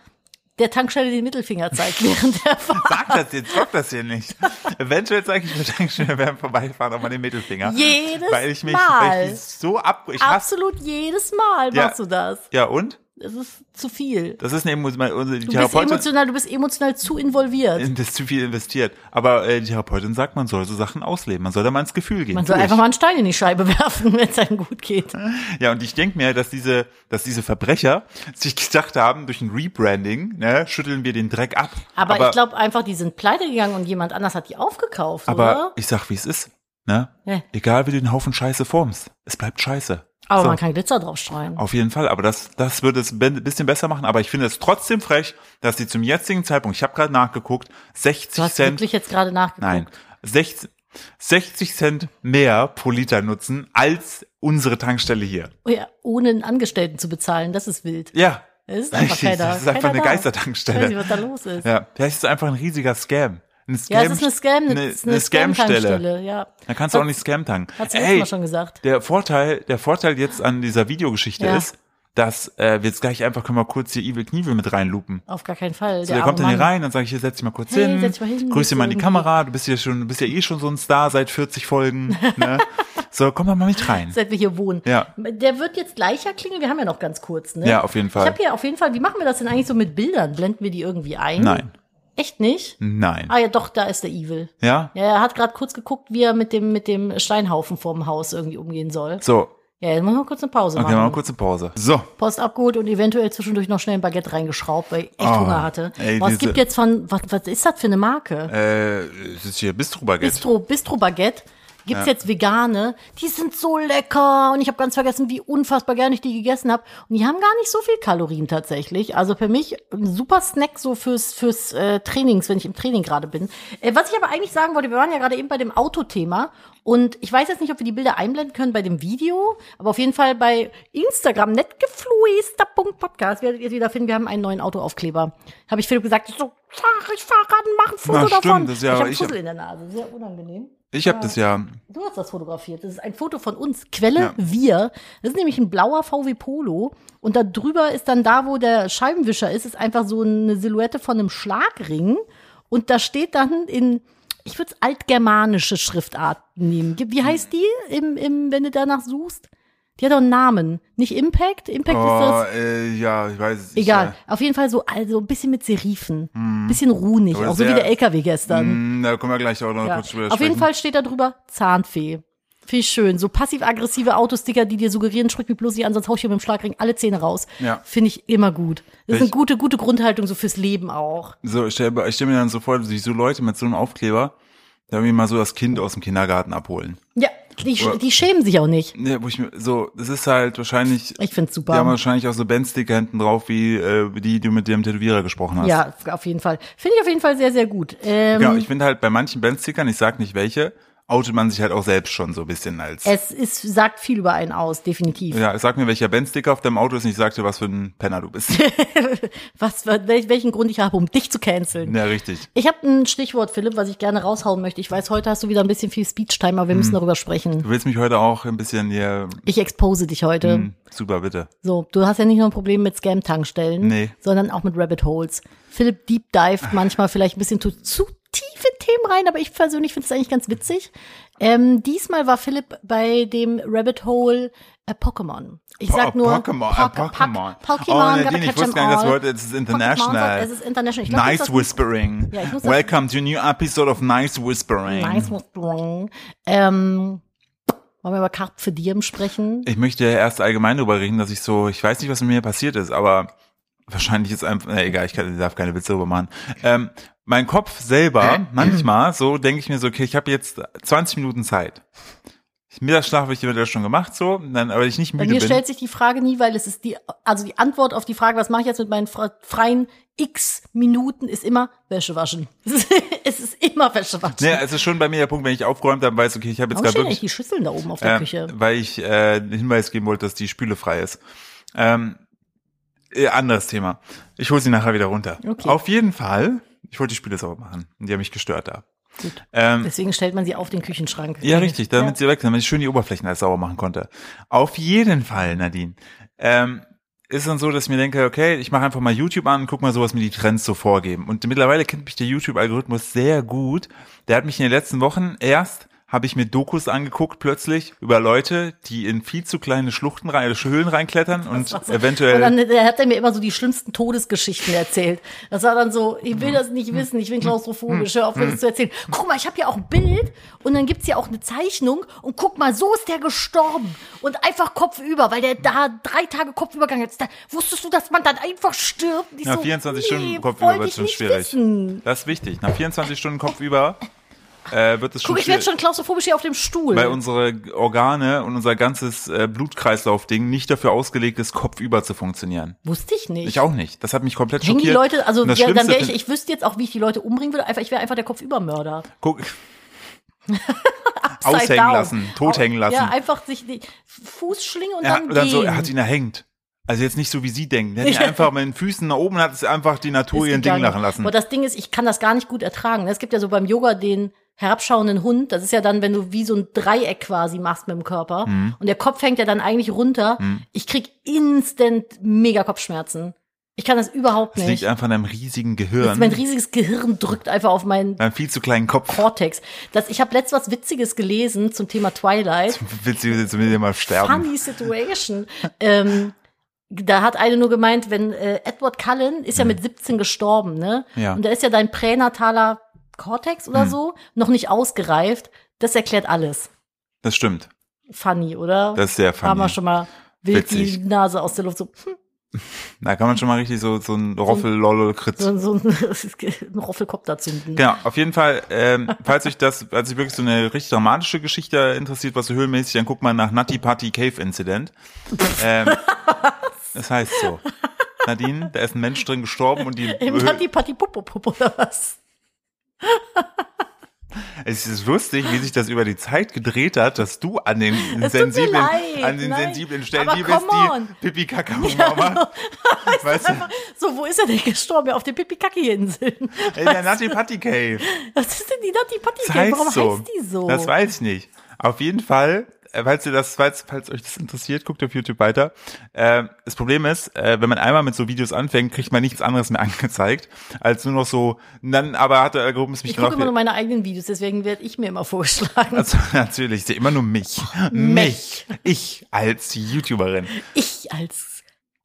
B: der Tankstelle den Mittelfinger zeigt während der Fahrt.
A: sag das jetzt, sag das hier nicht. Eventuell zeige ich mir Tankstelle beim Vorbeifahren auch mal den Mittelfinger.
B: Jedes
A: weil ich mich,
B: Mal.
A: Weil ich mich so ab, ich hasse.
B: Absolut jedes Mal
A: Ja.
B: machst du das.
A: Ja und?
B: Das ist zu viel.
A: Das ist eine Emo unsere die
B: Du bist
A: Therapeutin
B: emotional, du bist emotional zu involviert.
A: invest zu viel investiert. Aber äh, die Therapeutin sagt, man soll so Sachen ausleben, man soll da mal ins Gefühl gehen.
B: Man soll
A: Tue ich.
B: einfach mal einen Stein in die Scheibe werfen, wenn es einem gut geht.
A: Ja, und ich denke mir, dass diese, dass diese Verbrecher sich gedacht haben, durch ein Rebranding, ne, schütteln wir den Dreck ab.
B: Aber, ich glaube einfach, die sind pleite gegangen und jemand anders hat die aufgekauft,
A: aber
B: oder?
A: ich sag, wie es ist, ne?
B: Ja.
A: Egal wie du den Haufen Scheiße formst, es bleibt Scheiße.
B: Aber
A: So.
B: man kann Glitzer draufstreuen.
A: Auf jeden Fall, aber das, das würde es ein bisschen besser machen. Aber ich finde es trotzdem frech, dass die zum jetzigen Zeitpunkt, ich habe gerade nachgeguckt, 60
B: Du hast
A: Cent,
B: wirklich jetzt gerade nachgeguckt.
A: nein, 60, 60 Cent mehr pro Liter nutzen als unsere Tankstelle hier.
B: Oh ja, ohne einen Angestellten zu bezahlen, das ist wild.
A: Ja,
B: Es ist einfach keiner.
A: das ist einfach
B: keiner
A: eine
B: da.
A: Geistertankstelle.
B: Ich weiß nicht, was da los ist. Ja,
A: Ja, vielleicht ist es einfach ein riesiger Scam. Ein Scam
B: es ist eine Scam, eine, eine,
A: Scam-Stelle.
B: Scam-Tankstelle, ja.
A: Da kannst du auch nicht Scam tanken.
B: Hat's letztes
A: Ey,
B: Mal schon gesagt.
A: der Vorteil, der Vorteil jetzt an dieser Videogeschichte
B: Ja.
A: ist, dass äh, wir jetzt gleich einfach können wir kurz hier Evil Knievel mit reinlupen.
B: Auf gar keinen Fall.
A: So,
B: der
A: der kommt dann
B: arme
A: hier
B: Mann.
A: rein, dann sage ich, hier setz dich mal kurz
B: Hey,
A: hin,
B: setz dich mal hin,
A: grüß dir mal in die
B: irgendwie.
A: Kamera, du bist ja schon, du bist ja eh schon so ein Star seit 40 Folgen. Ne? so, komm doch mal mit rein.
B: seit wir hier wohnen.
A: Ja.
B: Der wird jetzt gleicher klingeln. Wir haben ja noch ganz kurz, ne?
A: Ja, auf jeden Fall.
B: Ich habe ja auf jeden Fall, wie machen wir das denn eigentlich so mit Bildern? Blenden wir die irgendwie ein?
A: Nein.
B: Echt nicht?
A: Nein.
B: Ah ja, doch, da ist der Evil.
A: Ja?
B: Ja, er hat gerade kurz geguckt, wie er mit dem, mit dem Steinhaufen vorm Haus irgendwie umgehen soll.
A: So,
B: Ja, jetzt machen wir kurz eine Pause
A: okay, machen wir
B: machen.
A: mal kurz eine Pause. So,
B: Post abgeholt und eventuell zwischendurch noch schnell ein Baguette reingeschraubt, weil ich echt
A: Oh,
B: Hunger hatte.
A: ey,
B: Boah, es
A: diese-
B: gibt jetzt von, was, was ist das für eine Marke?
A: äh, es ist hier Bistro-Baguette.
B: Bistro, Bistro Baguette gibt's jetzt vegane. Die sind so lecker und ich habe ganz vergessen, wie unfassbar gerne ich die gegessen habe. Und die haben gar nicht so viel Kalorien tatsächlich. Also für mich ein super Snack so fürs fürs äh, Trainings, wenn ich im Training gerade bin. Äh, was ich aber eigentlich sagen wollte, wir waren ja gerade eben bei dem Autothema und ich weiß jetzt nicht, ob wir die Bilder einblenden können bei dem Video, aber auf jeden Fall bei Instagram netgefluester.podcast werdet ihr wieder finden. Wir haben einen neuen Autoaufkleber. Habe ich Philipp gesagt, ich so, fahr, ich fahr ran, mach ein Foto
A: Na, stimmt,
B: davon.
A: das ist ja-
B: ich habe
A: ich-
B: Fussel in der Nase, sehr unangenehm.
A: Ich habe das ja
B: Du hast das fotografiert. Das ist ein Foto von uns. Quelle wir. Das ist nämlich ein blauer VW Polo. Und da drüber ist dann da, wo der Scheibenwischer ist, ist einfach so eine Silhouette von einem Schlagring. Und da steht dann in, ich würde es altgermanische Schriftart nehmen. Ge- Wie heißt die, im, im, wenn du danach suchst? Die hat doch einen Namen. Nicht Impact? Impact ist das.
A: äh, ja, ich weiß es nicht.
B: Egal. Auf jeden Fall so, also ein bisschen mit Serifen. Bisschen ruhig.
A: Aber
B: Auch so wie
A: sehr-
B: der LKW gestern.
A: Mm, Hm, Da kommen wir gleich auch noch
B: Ja.
A: kurz drüber
B: Auf jeden
A: sprechen.
B: Fall steht da drüber Zahnfee. Finde ich schön. So passiv-aggressive Autosticker, die dir suggerieren, drück mich bloß nicht an, sonst hau ich dir mit dem Schlagring alle Zähne raus.
A: Ja.
B: Finde ich immer gut. Das ist eine
A: Ich-
B: gute, gute Grundhaltung so fürs Leben auch.
A: So, ich stelle ich stell mir dann so vor, wie so Leute mit so einem Aufkleber, da irgendwie mal so das Kind aus dem Kindergarten abholen.
B: Ja, die, sch-
A: Oder-
B: die schämen sich auch nicht.
A: Ja, wo ich mir, so, das ist halt wahrscheinlich,
B: Ich find's super.
A: die haben wahrscheinlich auch so Bandsticker hinten drauf, wie äh, die, die du mit dem Tätowierer gesprochen hast.
B: Ja, auf jeden Fall. Finde ich auf jeden Fall sehr, sehr gut. Ähm,
A: Genau, ich finde halt bei manchen Bandstickern, ich sag nicht welche, outet man sich halt auch selbst schon so ein bisschen als.
B: es ist, sagt viel über einen aus, definitiv.
A: ja, sag mir, welcher Bandsticker auf deinem Auto ist und ich sag dir, was für ein Penner du bist.
B: Was, wel- welchen Grund ich habe, um dich zu canceln.
A: ja, richtig.
B: Ich habe ein Stichwort, Philipp, was ich gerne raushauen möchte. Ich weiß, heute hast du wieder ein bisschen viel Speech-Time, aber wir
A: Mhm.
B: müssen darüber sprechen.
A: Du willst mich heute auch ein bisschen hier,
B: Ich expose dich heute.
A: hm, super, bitte.
B: So, du hast ja nicht nur ein Problem mit Scam-Tankstellen,
A: Nee. Ah.
B: sondern auch mit Rabbit Holes. Philipp deep dived manchmal vielleicht ein bisschen zu, zu tief in Themen rein, aber ich persönlich finde es eigentlich ganz witzig. Ähm, diesmal war Philipp bei dem Rabbit Hole äh, Pokémon. Ich sag
A: Po-
B: nur
A: Pokémon,
B: Pok-
A: äh, Pokémon.
B: Pok- Pokémon,
A: oh,
B: gotta
A: Nadine, ich
B: catch
A: wusste
B: 'em
A: gar nicht, dass
B: all.
A: wir heute, es ist international.
B: Pokémon, Es ist international. Ich glaub, das
A: Nice
B: ist das-
A: Whispering.
B: Ja, ich muss das-
A: Welcome to a new episode of Nice Whispering.
B: Nice Whispering. Ähm, wollen wir über Carp für Diem sprechen?
A: Ich möchte ja erst allgemein darüber reden, dass ich so, ich weiß nicht, was mit mir passiert ist, aber wahrscheinlich ist einfach, na, egal, ich kann, ich darf keine Witze darüber machen. Ähm, mein Kopf selber, manchmal, so denke ich mir so, okay, ich habe jetzt 20 Minuten Zeit. Mittagsschlaf habe ich wieder schon gemacht, so, dann, aber ich nicht
B: Bei
A: müde
B: mir
A: bin.
B: stellt sich die Frage nie, weil es ist die, also die Antwort auf die Frage, was mache ich jetzt mit meinen fre- freien X Minuten, ist immer Wäsche waschen. es ist immer Wäsche waschen.
A: Nee, Ne, es ist schon bei mir der Punkt, wenn ich aufgeräumt habe, weiß, okay, ich habe jetzt
B: Warum
A: gerade
B: stehen
A: wirklich
B: eigentlich die Schüsseln da oben auf der
A: Ähm,
B: Küche?
A: Weil ich äh, einen Hinweis geben wollte, dass die Spüle frei ist. Ähm, äh, anderes Thema. Ich hole sie nachher wieder runter.
B: Okay.
A: Auf jeden Fall. Ich wollte die Spüle sauber machen. Die haben mich gestört da.
B: Gut.
A: Ähm,
B: Deswegen stellt man sie auf den Küchenschrank.
A: ja, richtig, damit
B: Ja.
A: sie weg sind, damit ich schön die Oberflächen alles sauber machen konnte. Auf jeden Fall, Nadine. Ähm, ist dann so, dass ich mir denke, okay, ich mache einfach mal YouTube an und guck mal so, was mir die Trends so vorgeben. Und mittlerweile kennt mich der YouTube-Algorithmus sehr gut. Der hat mich in den letzten Wochen erst habe ich mir Dokus angeguckt plötzlich über Leute, die in viel zu kleine Schluchten rein, äh, Höhlen reinklettern und eventuell
B: Und dann äh, hat er mir immer so die schlimmsten Todesgeschichten erzählt. Das war dann so, ich
A: Mhm.
B: will das nicht wissen, ich bin klaustrophobisch, hör auf, mir das zu erzählen. Guck mal, ich habe hier auch ein Bild und dann gibt's hier auch eine Zeichnung und guck mal, so ist der gestorben. Und einfach kopfüber, weil der da drei Tage Kopfübergang jetzt. Da, wusstest du, dass man dann einfach stirbt? Und Ich
A: Nach
B: so,
A: 24
B: nee,
A: Stunden
B: wollte
A: Kopfüber wird
B: ich
A: schon
B: nicht
A: schwierig.
B: Wissen.
A: Das ist wichtig. Nach 24 Stunden Kopfüber äh, wird es schon
B: Guck, ich werde
A: schwierig,
B: schon klaustrophobisch hier auf dem Stuhl.
A: weil unsere Organe und unser ganzes äh, Blutkreislaufding nicht dafür ausgelegt ist, kopfüber zu funktionieren.
B: Wusste ich nicht.
A: Ich auch nicht. Das hat mich komplett
B: Hängen
A: schockiert.
B: die Leute, also
A: Und das
B: ja, dann
A: Schlimmste
B: wäre ich,
A: find-
B: ich wüsste jetzt auch, wie ich die Leute umbringen würde. Einfach, ich wäre einfach der Kopfübermörder.
A: guck,
B: Upside
A: Aushängen
B: down.
A: lassen, tot hängen lassen.
B: Ja, einfach sich die Fußschlinge und
A: er,
B: dann,
A: hat- dann
B: gehen.
A: so, er hat ihn erhängt. Also jetzt nicht so wie sie denken. Er hat ihn einfach mit den Füßen nach oben hat es einfach die Natur
B: Ist
A: ihren Ding
B: gegangen.
A: lachen lassen.
B: Aber das Ding ist, ich kann das gar nicht gut ertragen. Es gibt ja so beim Yoga den herabschauenden Hund. Das ist ja dann, wenn du wie so ein Dreieck quasi machst mit dem Körper
A: Mhm.
B: und der Kopf hängt ja dann eigentlich runter. Ich krieg instant mega Kopfschmerzen. Ich kann das überhaupt
A: Das
B: nicht.
A: liegt einfach an einem riesigen Gehirn.
B: mein riesiges Gehirn drückt einfach auf meinen
A: Einem viel zu kleinen Kopf.
B: Cortex. Das, ich habe letztens was Witziges gelesen zum Thema Twilight.
A: Willst du jetzt mit dir mal sterben?
B: funny situation. ähm, da hat eine nur gemeint, wenn äh, Edward Cullen ist ja mit 17 gestorben, ne?
A: Mhm. Ja. Mhm.
B: Und da ist ja dein pränataler Cortex oder so noch nicht ausgereift. Das erklärt alles.
A: Das stimmt.
B: Funny, oder?
A: Das ist sehr
B: Haben wir
A: funny.
B: schon mal wild
A: Witzig.
B: die Nase aus der Luft so, hm,
A: Da kann man schon mal richtig so, so ein roffel lolle kritz
B: so, so ein Roffelkopf dazu.
A: Genau, auf jeden Fall, ähm, falls euch das, falls euch wirklich so eine richtig dramatische Geschichte interessiert, was so höhenmäßig, dann guckt mal nach Nutty Party Cave Incident. Ähm, das heißt so. Nadine, da ist ein Mensch drin gestorben und die,
B: Im Tati Patti Popo Popo oder was?
A: es ist lustig, wie sich das über die Zeit gedreht hat, dass du an den
B: Es tut mir
A: sensiblen,
B: leid,
A: an den
B: nein.
A: sensiblen Stellen,
B: Aber
A: die bist,
B: come on.
A: die Pipi Kakao Mama. weißt du,
B: So, wo ist er denn gestorben? Ja, Auf den Pipikaki-Inseln.
A: in der Nutty Party Cave.
B: Was ist denn die Nati Patti?
A: Das heißt
B: Warum
A: so.
B: heißt die so?
A: Das weiß ich nicht. Auf jeden Fall, äh, falls ihr das, falls, falls euch das interessiert, guckt auf YouTube weiter. Ähm, das Problem ist, äh, wenn man einmal mit so Videos anfängt, kriegt man nichts anderes mehr angezeigt, als nur noch so, dann aber hat der Algorithmus mich
B: Ich gucke
A: noch-
B: immer nur meine eigenen Videos, deswegen werde ich mir immer vorgeschlagen.
A: also, natürlich, ich sehe immer nur mich. Mich. Ich als YouTuberin.
B: ich als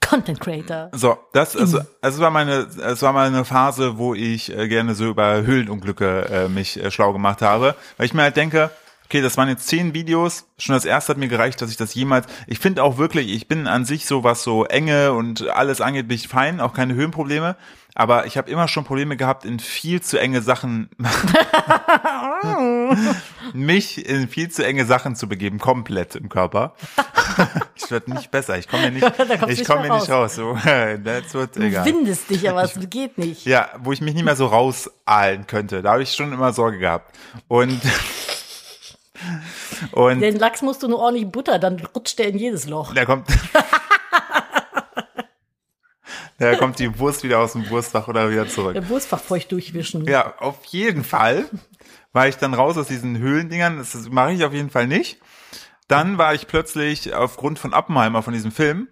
B: Content Creator.
A: So, das,
B: Hm.
A: also, also es war meine, es war mal eine Phase, wo ich äh, gerne so über Höhlenunglücke äh, mich äh, schlau gemacht habe, weil ich mir halt denke, okay, das waren jetzt zehn Videos. Schon das erste hat mir gereicht, dass ich das jemals. Ich finde auch wirklich, ich bin an sich so was so enge und alles angeht, bin ich fein, auch keine Höhenprobleme. Aber ich habe immer schon Probleme gehabt, in viel zu enge Sachen mich in viel zu enge Sachen zu begeben, komplett im Körper. ich werde nicht besser. Ich komme hier nicht,
B: Da kommst
A: ich
B: nicht
A: komme
B: mehr
A: hier nicht raus. Oh, So, that's what,
B: Du
A: egal.
B: windest dich, aber es geht nicht.
A: Ja, wo ich mich nicht mehr so rausahlen könnte. Da habe ich schon immer Sorge gehabt. Und, und
B: Den Lachs musst du nur ordentlich Butter, dann rutscht der in jedes Loch.
A: da kommt. Da kommt die Wurst wieder aus dem Wurstfach oder wieder zurück.
B: Der Wurstfach feucht durchwischen.
A: Ja, auf jeden Fall war ich dann raus aus diesen Höhlendingern. Das das mache ich auf jeden Fall nicht. Dann war ich plötzlich aufgrund von Oppenheimer, von diesem Film,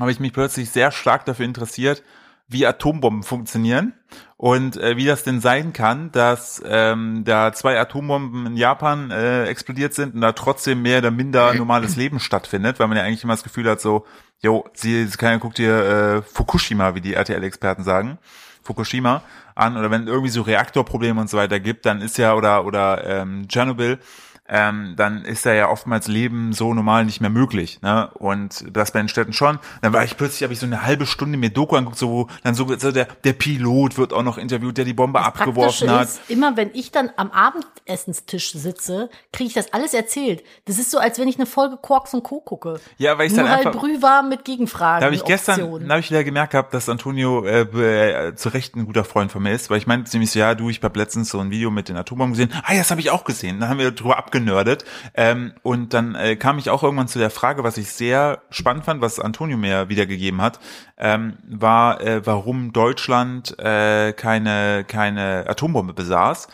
A: habe ich mich plötzlich sehr stark dafür interessiert, wie Atombomben funktionieren und äh, wie das denn sein kann, dass ähm, da zwei Atombomben in Japan äh, explodiert sind und da trotzdem mehr oder minder normales Leben stattfindet, weil man ja eigentlich immer das Gefühl hat, so, jo, sie, sie keiner guckt hier äh, Fukushima, wie die RTL-Experten sagen, Fukushima an oder wenn irgendwie so Reaktorprobleme und so weiter gibt, dann ist ja oder oder ähm, Tschernobyl, ähm, dann ist da ja oftmals Leben so normal nicht mehr möglich. Ne? Und das bei den Städten schon. Dann war ich plötzlich, habe ich so eine halbe Stunde mir Doku angeguckt, so wo dann so, so der, der Pilot wird auch noch interviewt, der die Bombe abgeworfen hat.
B: Praktisch ist, immer wenn ich dann am Abendessenstisch sitze, kriege ich das alles erzählt. Das ist so, als wenn ich eine Folge Quarks und Co. gucke.
A: Ja, weil ich's
B: Nur
A: dann
B: halt
A: einfach-
B: brühwarm mit Gegenfragen.
A: Da habe ich gestern,
B: Optionen.
A: da habe ich wieder gemerkt gehabt, dass Antonio äh, be- äh, zu Recht ein guter Freund von mir ist, weil ich meinte nämlich so, ja, du, ich habe letztens so ein Video mit den Atombomben gesehen. Ah, ja, das habe ich auch gesehen. Dann haben wir drüber abgenördet. Ähm, und dann äh, kam ich auch irgendwann zu der Frage, was ich sehr spannend fand, was Antonio mir wiedergegeben hat, ähm, war, äh, warum Deutschland äh, keine keine Atombombe besaß.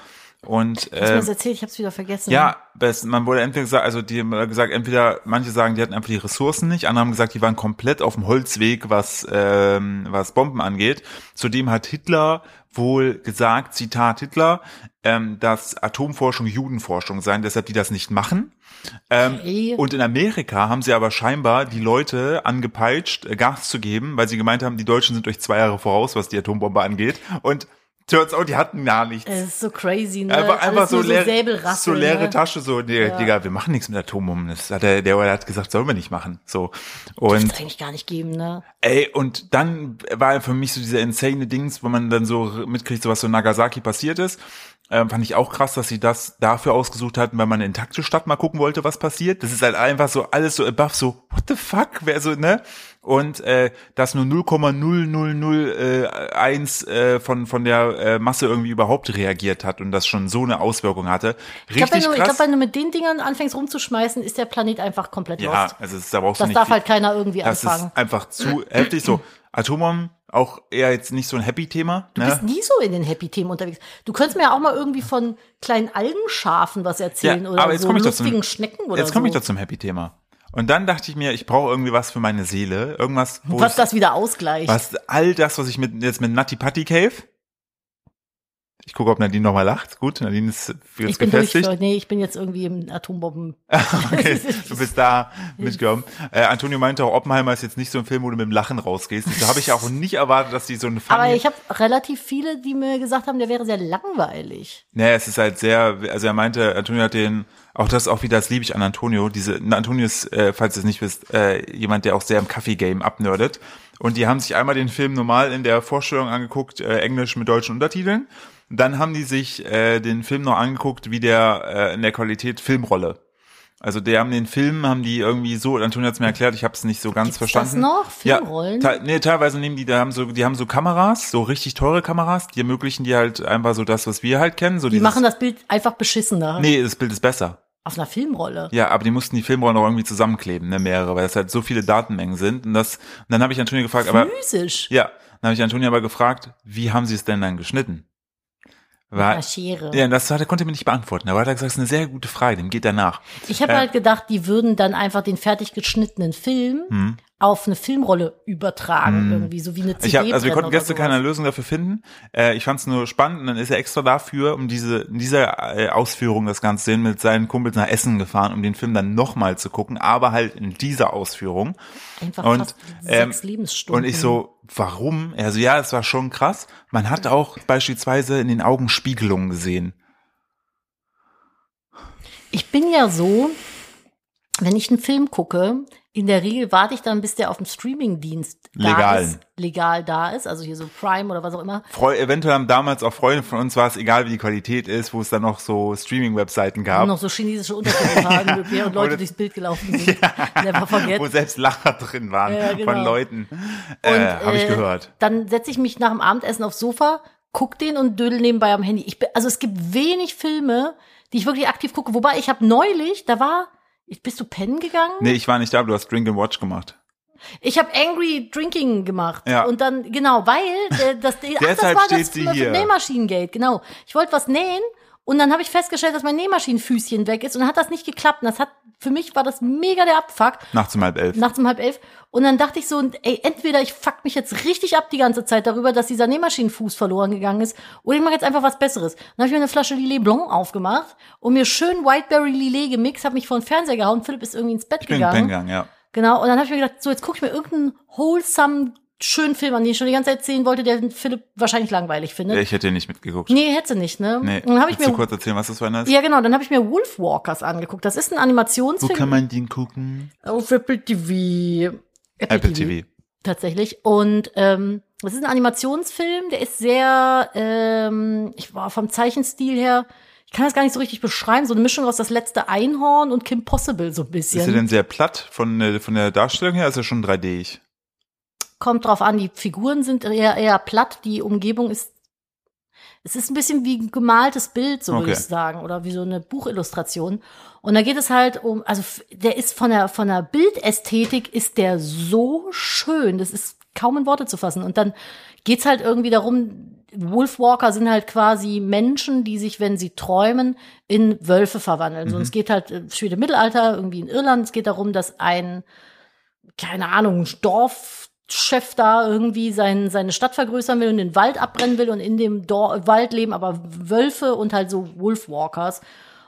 A: Und
B: Hast du mir
A: äh,
B: das erzählt? Ich habe es wieder vergessen.
A: ja, das, man wurde entweder gesagt, also die haben gesagt, entweder manche sagen, die hatten einfach die Ressourcen nicht, andere haben gesagt, die waren komplett auf dem Holzweg, was ähm, was Bomben angeht. Zudem hat Hitler wohl gesagt, Zitat Hitler, ähm, dass Atomforschung Judenforschung sein, deshalb die das nicht machen. Ähm,
B: Okay.
A: Und in Amerika haben sie aber scheinbar die Leute angepeitscht, äh, Gas zu geben, weil sie gemeint haben, die Deutschen sind euch zwei Jahre voraus, was die Atombombe angeht. Und turns out, die hatten gar nichts.
B: Es ist so crazy, ne?
A: Einfach,
B: Alles
A: einfach so,
B: nur
A: leere, so
B: Säbelrasseln,
A: leere
B: ne?
A: Tasche, so, nee, Digga, wir machen nichts mit Atombomben. Das hat der, der hat gesagt, sollen wir nicht machen. So. Und,
B: Dürfte eigentlich gar nicht geben, ne?
A: ey, und dann war für mich so diese insane Dings, wo man dann so mitkriegt, so was so in Nagasaki passiert ist. Ähm, fand ich auch krass, dass sie das dafür ausgesucht hatten, weil man eine intakte Stadt mal gucken wollte, was passiert. Das ist halt einfach so alles so above, so, what the fuck? Wer so, ne? Und äh, dass nur 0,0001 äh, von, von der äh, Masse irgendwie überhaupt reagiert hat und das schon so eine Auswirkung hatte.
B: Ich glaube,
A: Richtig
B: wenn, du- ich
A: krass.
B: glaub, wenn du mit den Dingern anfängst rumzuschmeißen, ist der Planet einfach komplett
A: Ja,
B: lost.
A: also es ist, da brauchst du
B: Das
A: nicht
B: darf
A: viel-
B: halt keiner irgendwie
A: Das
B: anfangen.
A: ist einfach zu heftig. So, Atombomben, auch eher jetzt nicht so ein Happy-Thema.
B: Du bist
A: Ne?
B: nie so in den Happy-Themen unterwegs. Du könntest mir ja auch mal irgendwie von kleinen Algenschafen was erzählen oder so
A: komm doch zum-
B: lustigen Schnecken oder
A: Jetzt komme ich
B: so.
A: doch zum Happy-Thema. Und dann dachte ich mir, ich brauche irgendwie was für meine Seele. Irgendwas, wo
B: was
A: ich-
B: das wieder ausgleicht.
A: was all das, was ich mit, jetzt mit Nutty Putty Cave. Ich gucke, ob Nadine nochmal lacht. Gut, Nadine ist jetzt
B: ich bin durch.
A: gefestigt. Ähm,
B: Für, nee, ich bin jetzt irgendwie im Atombomben.
A: Okay, du bist da mitgekommen. Äh, Antonio meinte auch, Oppenheimer ist jetzt nicht so ein Film, wo du mit dem Lachen rausgehst. Da habe ich auch nicht erwartet, dass die so eine
B: Aber
A: funny-
B: ich habe relativ viele, die mir gesagt haben, der wäre sehr langweilig.
A: Naja, es ist halt sehr, also er meinte, Antonio hat den, auch das auch wieder, das liebe ich an Antonio, diese, na, Antonio ist, äh, falls ihr es nicht wisst, äh, jemand, der auch sehr im Kaffee-Game abnerdet. Und die haben sich einmal den Film normal in der Vorstellung angeguckt, äh, Englisch mit deutschen Untertiteln. Und dann haben die sich äh, den Film noch angeguckt, wie der äh, in der Qualität Filmrolle. Also die haben den Film, haben die irgendwie so, Antonio hat es mir erklärt, ich habe es nicht so ganz
B: Gibt's
A: verstanden.
B: das noch? Filmrollen?
A: Ja, te nee, teilweise nehmen die, da haben so, die haben so Kameras, so richtig teure Kameras, die ermöglichen die halt einfach so das, was wir halt kennen. So
B: Die machen das Bild einfach beschissener.
A: Nee, das Bild ist besser.
B: Auf einer Filmrolle.
A: Ja, aber die mussten die Filmrollen auch irgendwie zusammenkleben, ne, mehrere, weil es halt so viele Datenmengen sind. Und das, und dann habe ich Antonio gefragt, aber
B: Physisch.
A: ja, dann habe ich Antonio aber gefragt, wie haben sie es denn dann geschnitten? War,
B: Einer Ah, Schere.
A: ja, das hat, er konnte er mir nicht beantworten. Aber er hat gesagt, es ist eine sehr gute Frage, dem geht danach.
B: Ich habe
A: Äh,
B: halt gedacht, die würden dann einfach den fertig geschnittenen Film auf eine Filmrolle übertragen, irgendwie, so wie eine CD.
A: Mhm. Ich hab, also wir
B: brennen
A: konnten
B: oder
A: gestern
B: sowas.
A: keine Lösung dafür finden. Äh, ich fand es nur spannend und dann ist er extra dafür, um diese, in dieser äh, Ausführung das Ganze sehen, mit seinen Kumpels nach Essen gefahren, um den Film dann nochmal zu gucken, aber halt in dieser Ausführung.
B: Einfach
A: Und,
B: fast
A: ähm,
B: sechs Lebensstunden.
A: Und ich so, warum? Also ja, es war schon krass. Man hat auch beispielsweise in den Augen Spiegelungen gesehen.
B: Ich bin ja so, wenn ich einen Film gucke, in der Regel warte ich dann, bis der auf dem Streamingdienst da
A: Legalen.
B: ist, legal da ist, also hier so Prime oder was auch immer.
A: Freu eventuell haben damals auch Freunde von uns, war es egal, wie die Qualität ist, wo es dann noch so Streaming-Webseiten
B: Und
A: gab,
B: noch so chinesische Untertitel haben und Leute
A: Oder-
B: durchs Bild gelaufen sind. Never forget.
A: wo selbst Lacher drin waren
B: Ja, genau.
A: von Leuten. Äh,
B: Und,
A: Habe ich
B: äh,
A: gehört.
B: Dann setze ich mich nach dem Abendessen aufs Sofa, guck den und dödel nebenbei am Handy. Ich bin, also es gibt wenig Filme, die ich wirklich aktiv gucke. Wobei ich habe neulich, da war, ich, bist du pennen gegangen?
A: Nee, ich war nicht da, du hast Drink and Watch gemacht.
B: Ich habe Angry Drinking gemacht.
A: Ja.
B: Und dann, genau, weil äh, das, ach, das
A: Deshalb
B: war
A: steht
B: das,
A: sie
B: das
A: hier.
B: Nähmaschinengeld, genau. Ich wollte was nähen und dann habe ich festgestellt, dass mein Nähmaschinenfüßchen weg ist und dann hat das nicht geklappt. Und das hat, für mich war das mega der Abfuck.
A: Nachts um halb elf.
B: Nachts um halb elf. Und dann dachte ich so, ey, entweder ich fuck mich jetzt richtig ab die ganze Zeit darüber, dass dieser Nähmaschinenfuß verloren gegangen ist, oder ich mache jetzt einfach was Besseres. Dann habe ich mir eine Flasche Lillet Blanc aufgemacht und mir schön Whiteberry Lillet gemixt, habe mich vor den Fernseher gehauen. Philipp ist irgendwie ins Bett
A: ich bin
B: gegangen.
A: pennen gegangen, ja.
B: Genau, und dann habe ich mir gedacht, so jetzt gucke ich mir irgendeinen wholesome, schönen Film an, den ich schon die ganze Zeit sehen wollte, der Philipp wahrscheinlich langweilig findet.
A: Ich hätte nicht mitgeguckt.
B: Ne? nee, hätte sie nicht, ne?
A: Nee,
B: Und dann habe ich
A: Willst du
B: mir
A: kurz erzählen, was das für einer ist?
B: ja, genau, dann habe ich mir Wolfwalkers angeguckt. Das ist
A: Wo
B: ein
A: kann
B: Animationsfilm
A: man den gucken?
B: auf Apple TV.
A: Apple TV.
B: Tatsächlich. Und ähm, das ist ein Animationsfilm, der ist sehr, ähm, ich war vom Zeichenstil her, ich kann das gar nicht so richtig beschreiben, so eine Mischung aus das letzte Einhorn und Kim Possible so ein
A: Ist er
B: bisschen.
A: denn sehr platt von, äh, von der Darstellung her? Ist er schon 3D-ig?
B: Kommt drauf an, die Figuren sind eher, eher platt, die Umgebung ist, es ist ein bisschen wie ein gemaltes Bild, so würde
A: Okay.
B: ich sagen, oder wie so eine Buchillustration. Und da geht es halt um, also f- der ist von der, von der Bildästhetik ist der so schön, das ist kaum in Worte zu fassen. Und dann geht's halt irgendwie darum, Wolfwalker sind halt quasi Menschen, die sich, wenn sie träumen, in Wölfe verwandeln. So, und es geht halt, äh, späte Mittelalter, irgendwie in Irland, es geht darum, dass ein, keine Ahnung, Dorfchef da irgendwie sein, seine Stadt vergrößern will und den Wald abbrennen will und in dem Dor Wald leben aber Wölfe und halt so Wolfwalkers.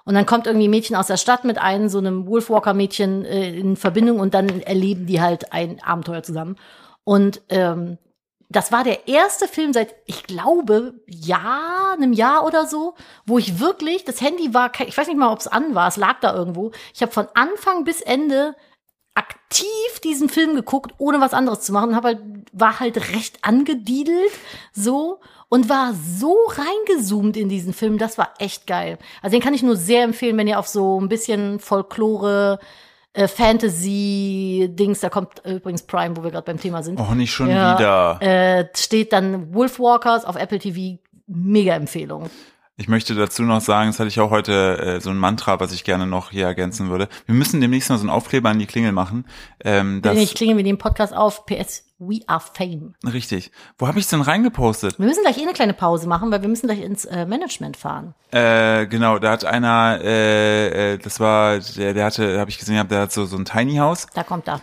B: Und dann kommt irgendwie ein Mädchen aus der Stadt mit einem so einem Wolfwalker-Mädchen äh, in Verbindung und dann erleben die halt ein Abenteuer zusammen. Und ähm, das war der erste Film seit, ich glaube, ja, einem Jahr oder so, wo ich wirklich, das Handy war, ke- ich weiß nicht mal, ob es an war, es lag da irgendwo. Ich habe von Anfang bis Ende aktiv diesen Film geguckt, ohne was anderes zu machen. Hab halt, war halt recht angediedelt so und war so reingezoomt in diesen Film. Das war echt geil. Also den kann ich nur sehr empfehlen, wenn ihr auf so ein bisschen Folklore, äh, Fantasy-Dings, da kommt äh, übrigens Prime, wo wir gerade beim Thema sind
A: Oh, nicht schon
B: Ja,
A: wieder.
B: äh, steht dann Wolfwalkers auf Apple TV. Mega Empfehlung.
A: Ich möchte dazu noch sagen, das hatte ich auch heute äh, so ein Mantra, was ich gerne noch hier ergänzen würde. Wir müssen demnächst mal so einen Aufkleber an die Klingel machen. Ähm, das,
B: ich klinge mit dem Podcast auf. PS, we are fame.
A: richtig. Wo habe ich denn reingepostet?
B: Wir müssen gleich eh eine kleine Pause machen, weil wir müssen gleich ins äh, Management fahren.
A: Äh, genau, da hat einer, äh, äh, das war, der, der hatte, habe ich gesehen, gehabt, der hat so, so ein Tiny House.
B: Da kommt er.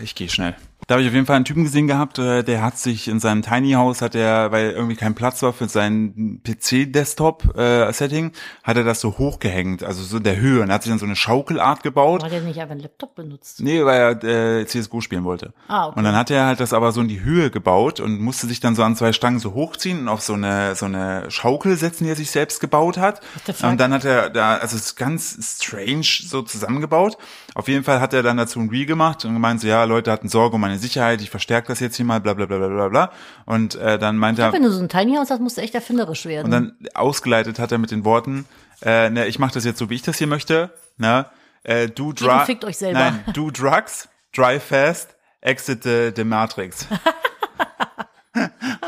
A: Ich gehe schnell. Da habe ich auf jeden Fall einen Typen gesehen gehabt, äh, der hat sich in seinem Tiny House, hat er, weil irgendwie kein Platz war für seinen PC-Desktop-Setting, hat er das so hochgehängt, also so in der Höhe. Und hat sich dann so eine Schaukelart gebaut.
B: Hat er nicht einfach einen Laptop benutzt?
A: Nee, weil er äh, CSGO spielen wollte.
B: Ah, okay.
A: Und dann hat er halt das aber so in die Höhe gebaut und musste sich dann so an zwei Stangen so hochziehen und auf so eine so eine Schaukel setzen, die er sich selbst gebaut hat.
B: the fuck?
A: Und dann hat er da, also es ist ganz strange so zusammengebaut. Auf jeden Fall hat er dann dazu ein Reel gemacht und gemeint so, ja, Leute hatten Sorge um meine Sicherheit, ich verstärke das jetzt hier mal, bla bla bla bla bla bla. Und äh, dann meinte er.
B: Wenn du so ein Tiny House hast, musst du echt erfinderisch werden.
A: Und dann ausgeleitet hat er mit den Worten, äh, ne, ich mache das jetzt so, wie ich das hier möchte. Ne? Äh, du
B: und
A: dra
B: fickt euch selber.
A: Nein, do drugs, drive fast, exit the, the Matrix.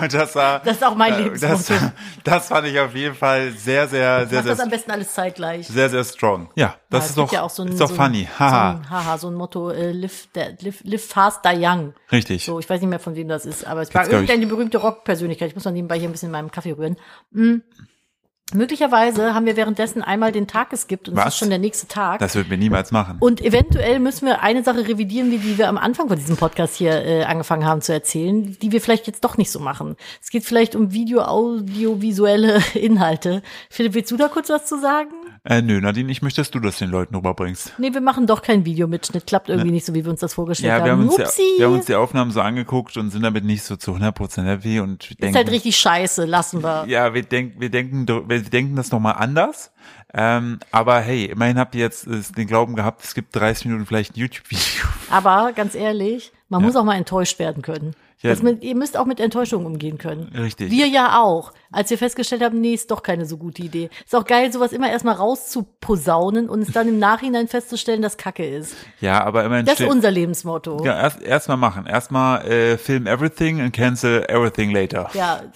A: Und das war, äh,
B: Das ist auch mein
A: das,
B: Lebensmotto.
A: das fand ich auf jeden Fall sehr, sehr, sehr,
B: Mach
A: sehr,
B: das am
A: sehr,
B: besten alles zeitgleich.
A: sehr, strong. Ja, das
B: Ja, es
A: ist
B: gibt
A: doch,
B: ja auch so ein,
A: ist doch
B: so ein,
A: funny.
B: So
A: Haha,
B: ein, haha, so ein Motto, äh, live, der, live, live fast, die young.
A: richtig.
B: So, ich weiß nicht mehr, von wem das ist, aber es war
A: Jetzt, glaub ich-
B: irgendeine berühmte Rockpersönlichkeit. Ich muss noch nebenbei hier ein bisschen in meinem Kaffee rühren. Mm. Möglicherweise haben wir währenddessen einmal den Tag geskippt und es
A: Was?
B: ist schon der nächste Tag.
A: Das wird mir niemals machen.
B: und eventuell müssen wir eine Sache revidieren, wie die wir am Anfang von diesem Podcast hier äh, angefangen haben zu erzählen, die wir vielleicht jetzt doch nicht so machen. Es geht vielleicht um Video, audiovisuelle Inhalte. Philipp, willst du da kurz was zu sagen?
A: Äh, nö, Nadine, ich möchte, dass du das den Leuten rüberbringst.
B: Nee, wir machen doch keinen Videomitschnitt. Klappt irgendwie nicht so, wie wir uns das vorgestellt
A: Ne. Ja, wir haben, uns ja,
B: Upsi.
A: wir haben uns die Aufnahmen so angeguckt und sind damit nicht so zu 100% happy und
B: ist
A: denken,
B: halt richtig scheiße, lassen wir.
A: ja, wir denken, wir denken, dr- wir denken das nochmal anders. Ähm, aber hey, immerhin habt ihr jetzt äh, den Glauben gehabt, es gibt 30 Minuten vielleicht ein YouTube-Video.
B: Aber ganz ehrlich, man muss auch mal enttäuscht werden können.
A: Ja.
B: Das mit, ihr müsst auch mit Enttäuschung umgehen können.
A: Richtig.
B: Wir ja auch. Als wir festgestellt haben, nee, ist doch keine so gute Idee. Ist auch geil, sowas immer erstmal rauszuposaunen und es dann im Nachhinein festzustellen, dass Kacke ist.
A: Ja, aber immerhin
B: Das ist
A: steht-
B: unser Lebensmotto. Ja.
A: Ja, erst erstmal machen. Erstmal äh, film everything and cancel everything later.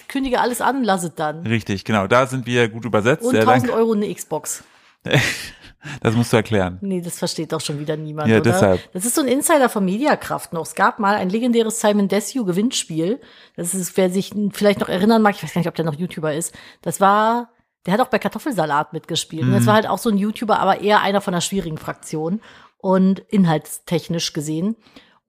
B: kündige alles an, lass es dann.
A: Richtig, genau. Da sind wir gut übersetzt.
B: Und
A: Sehr
B: 1000
A: dank.
B: Euro eine Xbox.
A: Das musst du erklären.
B: Nee, das versteht doch schon wieder niemand,
A: Ja,
B: oder?
A: deshalb.
B: Das ist so ein Insider von Mediakraft noch. Es gab mal ein legendäres Simon Desue Gewinnspiel. Das ist, wer sich vielleicht noch erinnern mag, ich weiß gar nicht, ob der noch YouTuber ist. Das war, der hat auch bei Kartoffelsalat mitgespielt.
A: Mhm.
B: Und das war halt auch so ein YouTuber, aber eher einer von der schwierigen Fraktion und inhaltstechnisch gesehen.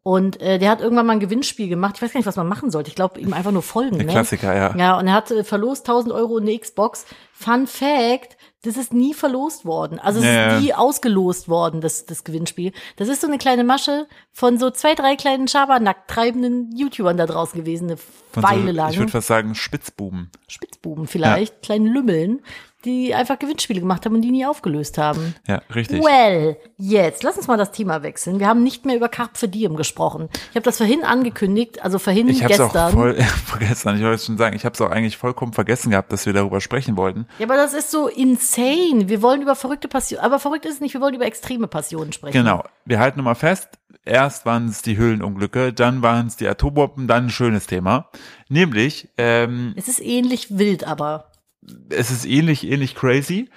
B: Und äh, der hat irgendwann mal ein Gewinnspiel gemacht. Ich weiß gar nicht, was man machen sollte. Ich glaube, ihm einfach nur folgen.
A: Der
B: ne?
A: Klassiker, ja.
B: Ja, und er hat äh, verlost 1000 Euro in eine Xbox. Fun Fact, das ist nie verlost worden. Also es
A: Ja, ja.
B: ist nie ausgelost worden, das, das Gewinnspiel. Das ist so eine kleine Masche von so zwei, drei kleinen Schabernack treibenden YouTubern da draußen gewesen, eine
A: Von so-
B: Weile lang.
A: Ich würde fast sagen Spitzbuben.
B: Spitzbuben vielleicht, kleinen Lümmeln, die einfach Gewinnspiele gemacht haben und die nie aufgelöst haben.
A: Ja, richtig.
B: Well, jetzt lass uns mal das Thema wechseln. Wir haben nicht mehr über Carpe Diem gesprochen. Ich habe das vorhin angekündigt, also vorhin
A: Ich hab's
B: gestern.
A: auch voll vergessen, ich wollte es schon sagen, ich hab's auch eigentlich vollkommen vergessen gehabt, dass wir darüber sprechen wollten.
B: Ja, aber das ist so insane. Wir wollen über verrückte Passionen, aber verrückt ist es nicht, wir wollen über extreme Passionen sprechen.
A: Genau, wir halten nochmal fest, erst waren es die Höhlenunglücke, dann waren es die Atombomben, dann ein schönes Thema. Nämlich, ähm,
B: Es ist ähnlich wild, aber
A: es ist ähnlich, ähnlich crazy.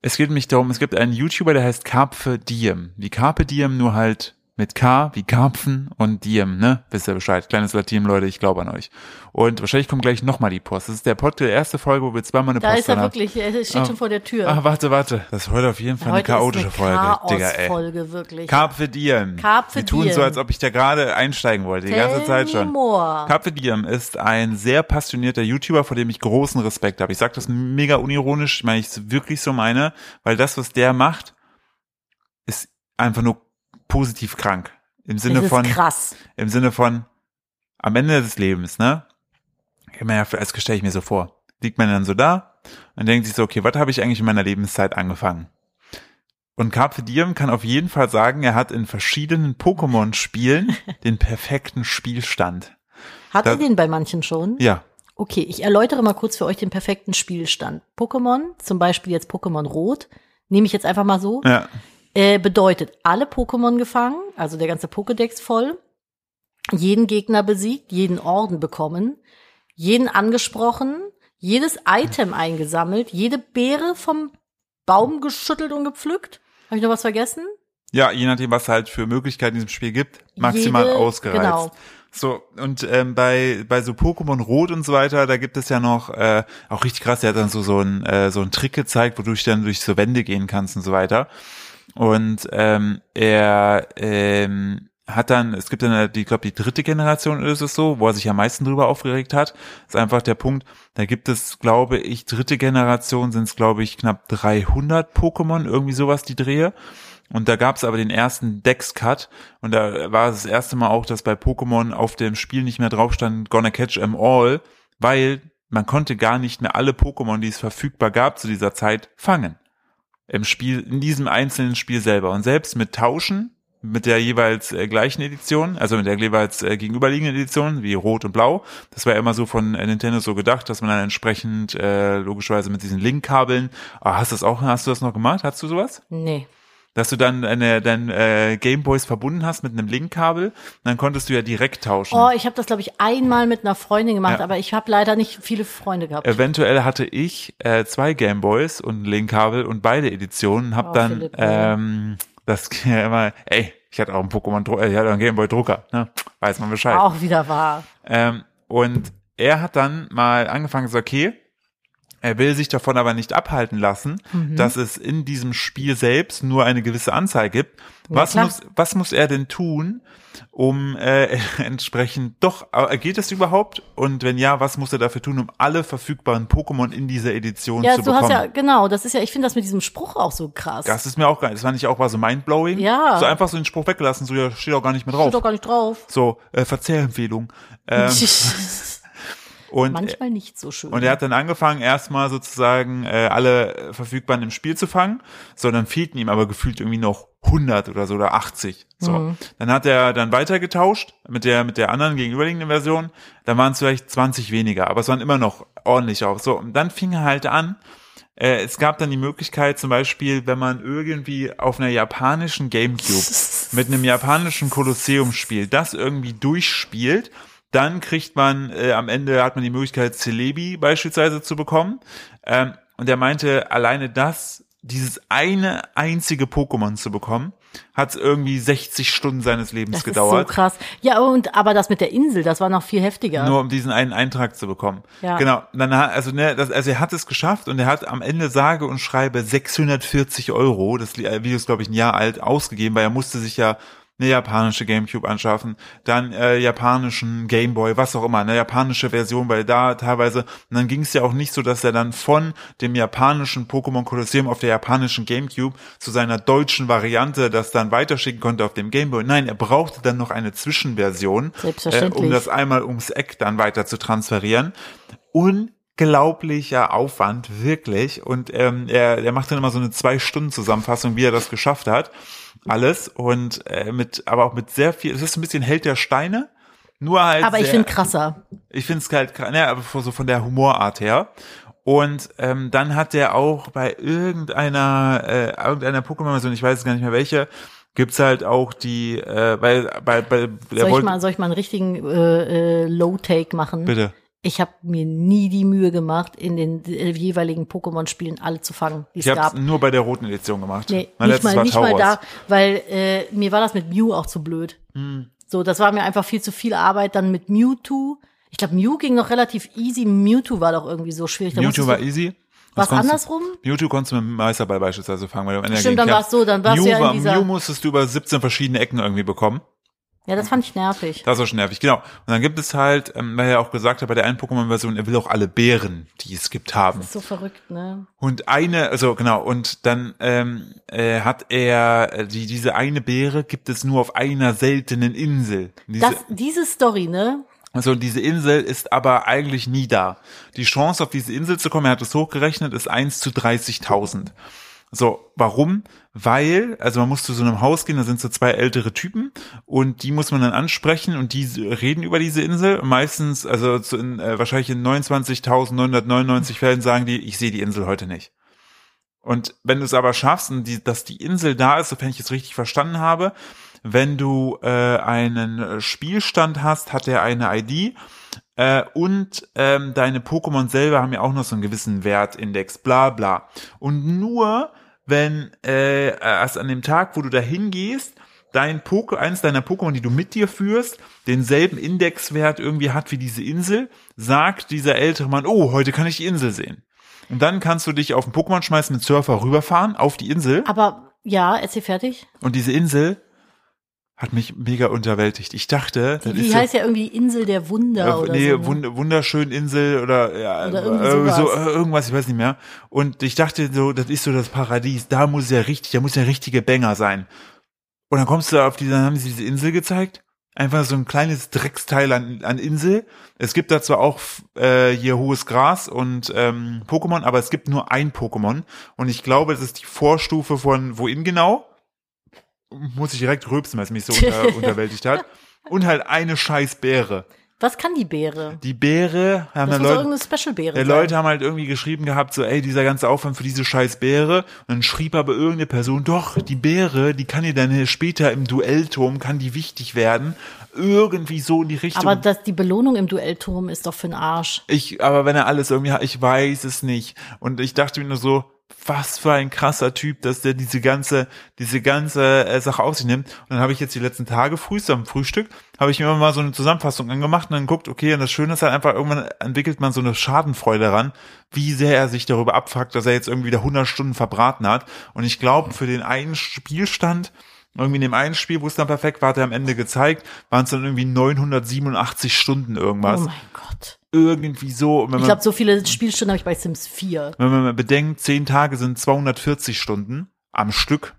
A: Es geht nämlich darum, es gibt einen YouTuber, der heißt Carpe Diem. Wie Carpe Diem, nur halt mit K, wie Karpfen und Diem, ne? Wisst ihr Bescheid. Kleines Latin, Leute, ich glaube an euch. Und wahrscheinlich kommt gleich nochmal die Post. Das ist der Podcast, die erste Folge, wo wir zweimal eine
B: da
A: Post
B: ist er
A: drin haben.
B: wirklich, er steht
A: Ah.
B: schon vor der Tür.
A: Ah, warte, warte. Das ist heute auf jeden Fall eine
B: Heute
A: chaotische
B: ist eine
A: Folge, Digga, ey.
B: Chaos-Folge, wirklich.
A: Carpe Diem.
B: Carpe
A: Wir tun
B: Diem.
A: so, als ob ich da gerade einsteigen wollte, die
B: Tell
A: ganze Zeit
B: me
A: schon.
B: more.
A: Carpe Diem ist ein sehr passionierter YouTuber, vor dem ich großen Respekt habe. Ich sage das mega unironisch, ich meine ich es wirklich so meine, weil das, was der macht, ist einfach nur positiv krank. Im
B: es
A: Sinne
B: ist
A: von,
B: krass.
A: im Sinne von am Ende des Lebens, ne? Kann man ja, als stelle ich mir so vor. Liegt man dann so da und denkt sich so, okay, was habe ich eigentlich in meiner Lebenszeit angefangen? Und Carpe Diem kann auf jeden Fall sagen, er hat in verschiedenen Pokémon-Spielen den perfekten Spielstand.
B: Hat
A: da-
B: er den bei manchen schon?
A: Ja,
B: Okay, ich erläutere mal kurz für euch den perfekten Spielstand. Pokémon, zum Beispiel jetzt Pokémon Rot, nehme ich jetzt einfach mal so.
A: ja,
B: Äh, bedeutet, alle Pokémon gefangen, also der ganze Pokédex voll, jeden Gegner besiegt, jeden Orden bekommen, jeden angesprochen, jedes Item eingesammelt, jede Beere vom Baum geschüttelt und gepflückt. Habe ich noch was vergessen?
A: ja, je nachdem, was halt für Möglichkeiten in diesem Spiel gibt, maximal
B: Jede-
A: ausgereizt.
B: genau.
A: So, und ähm, bei, bei so Pokémon Rot und so weiter, da gibt es ja noch, äh, auch richtig krass, der hat dann so, so, einen, äh, so einen Trick gezeigt, wodurch du dann durch so Wände gehen kannst und so weiter. Und ähm, er ähm, hat dann, es gibt dann, äh, die- ich glaube, die dritte Generation ist es so, wo er sich am meisten drüber aufgeregt hat, ist einfach der Punkt, da gibt es, glaube ich, dritte Generation sind es, glaube ich, knapp 300 Pokémon, irgendwie sowas, die Drehe. Und da gab es aber den ersten Dex-Cut und da war es das erste Mal auch, dass bei Pokémon auf dem Spiel nicht mehr drauf stand, gonna catch 'em all, weil man konnte gar nicht mehr alle Pokémon, die es verfügbar gab zu dieser Zeit, fangen im Spiel, in diesem einzelnen Spiel selber. Und selbst mit Tauschen, mit der jeweils äh, gleichen Edition, also mit der jeweils äh, gegenüberliegenden Edition, wie Rot und Blau, das war ja immer so von äh, Nintendo so gedacht, dass man dann entsprechend äh, logischerweise mit diesen Linkkabeln, ah, hast du das auch, hast du das noch gemacht? Hast du sowas?
B: Nee.
A: Dass du dann deine, dein äh, Gameboys verbunden hast mit einem Linkkabel, und dann konntest du ja direkt tauschen.
B: Oh, ich habe das, glaube ich, einmal mit einer Freundin gemacht,
A: Ja.
B: aber ich habe leider nicht viele Freunde gehabt.
A: Eventuell hatte ich äh, zwei Gameboys und ein Linkkabel und beide Editionen. Hab
B: Oh,
A: dann
B: Philipp, ja.
A: ähm, das ja immer, ey, ich hatte auch einen Pokémon, Dro- äh, ich hatte auch einen Gameboy Drucker, ne? Weiß man Bescheid.
B: Auch wieder wahr.
A: Ähm, und er hat dann mal angefangen, so okay, Er will sich davon aber nicht abhalten lassen,
B: Mhm.
A: dass es in diesem Spiel selbst nur eine gewisse Anzahl gibt. Was,
B: klar.
A: muss, was muss er denn tun, um äh, entsprechend doch, äh, geht es überhaupt? Und wenn ja, was muss er dafür tun, um alle verfügbaren Pokémon in dieser Edition
B: Ja,
A: zu
B: du
A: bekommen?
B: hast ja, genau, das ist ja, ich finde das mit diesem Spruch auch so krass.
A: das ist mir auch geil. Das fand ich auch war so mindblowing.
B: Ja.
A: So einfach so den Spruch weggelassen, so ja, steht auch gar nicht mehr
B: Steht doch
A: drauf.
B: gar nicht drauf.
A: So, äh, Verzehrempfehlung. Ähm, und
B: Manchmal nicht so schön.
A: Und er hat dann angefangen, erstmal sozusagen äh, alle äh, Verfügbaren im Spiel zu fangen, sondern fehlten ihm aber gefühlt irgendwie noch 100 oder so oder 80. So. Dann hat er dann weitergetauscht mit der mit der anderen gegenüberliegenden Version. Dann waren es vielleicht 20 weniger, aber es waren immer noch ordentlich auf. So und dann fing er halt an. Äh, es gab dann die Möglichkeit, zum Beispiel, wenn man irgendwie auf einer japanischen Gamecube mit einem japanischen Kolosseum spielt, das irgendwie durchspielt, dann kriegt man äh, am Ende hat man die Möglichkeit Celebi beispielsweise zu bekommen. Ähm, und er meinte, alleine das, dieses eine einzige Pokémon zu bekommen, hat irgendwie 60 Stunden seines Lebens
B: das
A: gedauert.
B: ist so krass. Ja, und aber das mit der Insel, das war noch viel heftiger.
A: Nur um diesen einen Eintrag zu bekommen.
B: Ja.
A: Genau. Und Dann, hat- also, ne, das, also er hat es geschafft und er hat am Ende sage und schreibe 640 Euro, das Li- äh, Video ist glaube ich ein Jahr alt, ausgegeben, weil er musste sich ja eine japanische Gamecube anschaffen, dann äh, japanischen Gameboy, was auch immer, eine japanische Version, weil da teilweise, und dann ging es ja auch nicht so, dass er dann von dem japanischen Pokémon Colosseum auf der japanischen Gamecube zu seiner deutschen Variante das dann weiterschicken konnte auf dem Gameboy. Nein, er brauchte dann noch eine Zwischenversion,
B: Selbstverständlich.
A: um das einmal ums Eck dann weiter zu transferieren. Unglaublicher Aufwand, wirklich. Und ähm, er, er macht dann immer so eine Zwei-Stunden-Zusammenfassung, wie er das geschafft hat. Alles. Und äh, mit, aber auch mit sehr viel, es ist ein bisschen Held der Steine. Nur halt.
B: aber ich
A: sehr-
B: finde krasser.
A: ich finde es halt, kra- ne, aber so von der Humorart her. Und ähm, dann hat der auch bei irgendeiner, äh, irgendeiner Pokémon-Version, ich weiß es gar nicht mehr welche, gibt's halt auch die, äh, weil, bei, bei, der
B: Soll ich,
A: wollte,
B: mal, soll ich mal einen richtigen äh, äh, Low-Take machen?
A: bitte.
B: Ich habe mir nie die Mühe gemacht, in den äh, jeweiligen Pokémon-Spielen alle zu fangen, die es
A: Ich
B: gab.
A: habe nur bei der roten Edition gemacht.
B: Nee,
A: mein
B: nicht
A: letztes
B: mal,
A: war
B: nicht mal
A: Tauros.
B: da, weil äh, mir war das mit Mew auch zu blöd.
A: Mhm.
B: So, das war mir einfach viel zu viel Arbeit. Dann mit Mewtwo. Ich glaube, Mew ging noch relativ easy. Mewtwo war doch irgendwie so schwierig. Da
A: Mewtwo
B: musstest
A: war
B: du,
A: easy.
B: was
A: konntest du-
B: andersrum?
A: Mewtwo konntest du mit dem Meisterball beispielsweise fangen, weil du am Ende
B: Stimmt,
A: dagegen
B: dann
A: kämpfst.
B: war's so, dann war's
A: Mew
B: ja in
A: war-
B: dieser-
A: Mew musstest du über 17 verschiedene Ecken irgendwie bekommen.
B: Ja, das fand ich nervig.
A: Das war schon nervig, genau. Und dann gibt es halt, ähm, weil er auch gesagt hat, bei der einen Pokémon-Version, er will auch alle Beeren, die es gibt, haben.
B: So verrückt, ne?
A: Und eine, also genau, und dann ähm, äh, hat er, äh, die, diese eine Beere gibt es nur auf einer seltenen Insel. Diese,
B: Das, diese Story, ne?
A: also diese Insel ist aber eigentlich nie da. Die Chance auf diese Insel zu kommen, er hat es hochgerechnet, ist 1 zu 30.000. So, warum? Weil, also man muss zu so einem Haus gehen, da sind so zwei ältere Typen und die muss man dann ansprechen und die reden über diese Insel. Und meistens, also zu, in, äh, wahrscheinlich in 29.999 Fällen sagen die, ich sehe die Insel heute nicht. Und wenn du es aber schaffst, und die, dass die Insel da ist, sofern ich es richtig verstanden habe, wenn du äh, einen äh, Spielstand hast, hat er eine ID äh, und ähm, deine Pokémon selber haben ja auch noch so einen gewissen Wertindex, bla bla. Und nur wenn äh, erst an dem Tag, wo du da hingehst, dein Poke, eins deiner Pokémon, die du mit dir führst, denselben Indexwert irgendwie hat wie diese Insel, sagt dieser ältere Mann, oh, heute kann ich die Insel sehen. Und dann kannst du dich auf den Pokémon schmeißen, mit Surfer rüberfahren auf die Insel.
B: Aber ja, erzähl fertig.
A: Und diese Insel hat mich mega unterwältigt. Ich dachte, das
B: Die, die
A: ist so,
B: heißt ja irgendwie Insel der Wunder
A: äh,
B: oder
A: nee,
B: so. ne?
A: wund wunderschön Insel oder, ja,
B: Oder irgendwie
A: äh,
B: sowas.
A: so äh, irgendwas, ich weiß nicht mehr. Und ich dachte so, das ist so das Paradies. Da muss ja richtig, da muss ja richtige Banger sein. Und dann kommst du da auf diese, dann haben sie diese Insel gezeigt. Einfach so ein kleines Drecksteil an, an Insel. Es gibt da zwar auch äh, hier hohes Gras und ähm, Pokémon, aber es gibt nur ein Pokémon. Und ich glaube, das ist die Vorstufe von wohin genau? Muss ich direkt rülpsen, weil es mich so unter, unterwältigt hat. Und halt eine scheiß Beere.
B: Was kann die Beere?
A: Die Beere haben dann
B: Das muss doch
A: Leute,
B: irgendeine Special-Beere
A: ja,
B: sein.
A: Leute haben halt irgendwie geschrieben gehabt, so, ey, dieser ganze Aufwand für diese scheiß Beere. Und dann schrieb aber irgendeine Person, doch, die Beere, die kann dir dann später im Duellturm, kann die wichtig werden. Irgendwie so in die Richtung.
B: Aber das, die Belohnung im Duellturm ist doch für den Arsch.
A: ich, aber wenn er alles irgendwie hat, ich weiß es nicht. Und ich dachte mir nur so, was für ein krasser Typ, dass der diese ganze, diese ganze äh, Sache auf sich nimmt. Und dann habe ich jetzt die letzten Tage früh am Frühstück, habe ich mir immer mal so eine Zusammenfassung angemacht und dann guckt, okay, und das Schöne ist halt einfach, irgendwann entwickelt man so eine Schadenfreude daran, wie sehr er sich darüber abfuckt, dass er jetzt irgendwie da 100 Stunden verbraten hat. Und ich glaube, für den einen Spielstand, irgendwie in dem einen Spiel, wo es dann perfekt war, hat er am Ende gezeigt, waren es dann irgendwie 987 Stunden
B: Oh
A: irgendwas.
B: mein Gott.
A: Irgendwie so. Und wenn
B: Ich
A: man-
B: glaube, so viele Spielstunden habe ich bei Sims 4.
A: Wenn man mal bedenkt, zehn Tage sind 240 Stunden am Stück.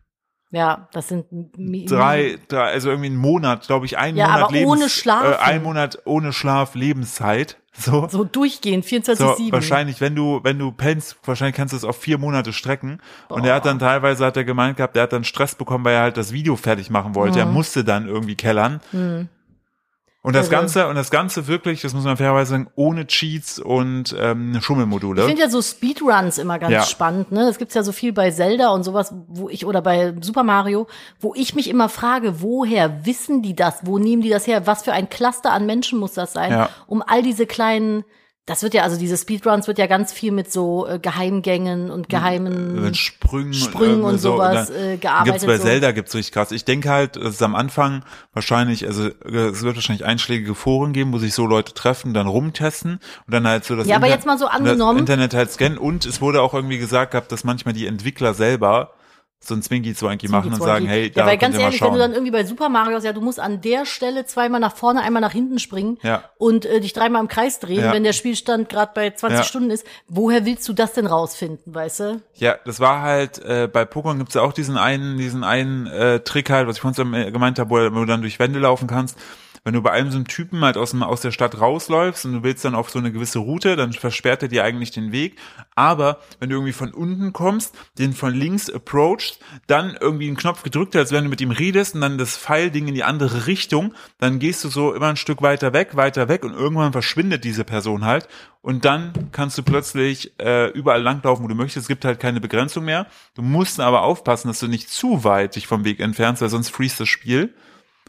B: Ja, das sind mi-
A: Drei, drei also irgendwie einen Monat, glaube ich, ein
B: Mhm. Ja,
A: Monat
B: aber ohne Schlafen.
A: Äh, ein Monat ohne Schlaf, Lebenszeit. So.
B: so durchgehend,
A: So,
B: 24-7.
A: wahrscheinlich, wenn du, wenn du pennst, wahrscheinlich kannst du es auf vier Monate strecken. Und er hat dann teilweise, hat er gemeint gehabt, er hat dann Stress bekommen, weil er halt das Video fertig machen wollte.
B: Mhm.
A: Er musste dann irgendwie kellern. Und das
B: Irre.
A: Ganze, und das Ganze wirklich, das muss man fairerweise sagen, ohne Cheats und ähm, Schummelmodule.
B: Ich finde ja so Speedruns immer ganz
A: Ja.
B: spannend. Ne? Das gibt's ja so viel bei Zelda und sowas, wo ich oder bei Super Mario, wo ich mich immer frage, woher wissen die das? Wo nehmen die das her? Was für ein Cluster an Menschen muss das sein,
A: Ja.
B: um all diese kleinen das wird ja, also diese Speedruns wird ja ganz viel mit so äh, Geheimgängen
A: Hm,
B: und geheimen.
A: mit Äh, Sprüngen,
B: Hm. Sprüngen
A: irgendwie
B: und sowas,
A: dann
B: äh, gearbeitet
A: Gibt's bei
B: so.
A: Zelda gibt's richtig krass. Ich denke halt, es ist am Anfang wahrscheinlich, also äh, es wird wahrscheinlich einschlägige Foren geben, wo sich so Leute treffen, dann rumtesten und dann halt so das,
B: Ja, aber jetzt mal so
A: das
B: angenommen-
A: Internet halt scannen und es wurde auch irgendwie gesagt gehabt, dass manchmal die Entwickler selber so ein Zwinki-Zwanki machen und sagen, hey,
B: ja,
A: da
B: weil
A: könnt
B: ganz
A: ihr mal
B: ehrlich, wenn du
A: schauen.
B: dann irgendwie bei Super Mario hast, ja, du musst an der Stelle zweimal nach vorne, einmal nach hinten springen
A: Ja.
B: und äh, dich dreimal im Kreis drehen,
A: Ja.
B: wenn der Spielstand gerade bei 20
A: Ja.
B: Stunden ist. Woher willst du das denn rausfinden, weißt du?
A: Ja, das war halt, äh, bei Pokémon gibt's ja auch diesen einen, diesen einen äh, Trick halt, was ich vorhin äh, gemeint habe, wo du dann durch Wände laufen kannst. Wenn du bei einem so einem Typen halt aus, dem, aus der Stadt rausläufst und du willst dann auf so eine gewisse Route, dann versperrt er dir eigentlich den Weg. Aber wenn du irgendwie von unten kommst, den von links approachst, dann irgendwie einen Knopf gedrückt hast, wenn du mit ihm redest und dann das Pfeilding in die andere Richtung, dann gehst du so immer ein Stück weiter weg, weiter weg und irgendwann verschwindet diese Person halt. Und dann kannst du plötzlich äh, überall langlaufen, wo du möchtest. Es gibt halt keine Begrenzung mehr. Du musst aber aufpassen, dass du nicht zu weit dich vom Weg entfernst, weil sonst freest das Spiel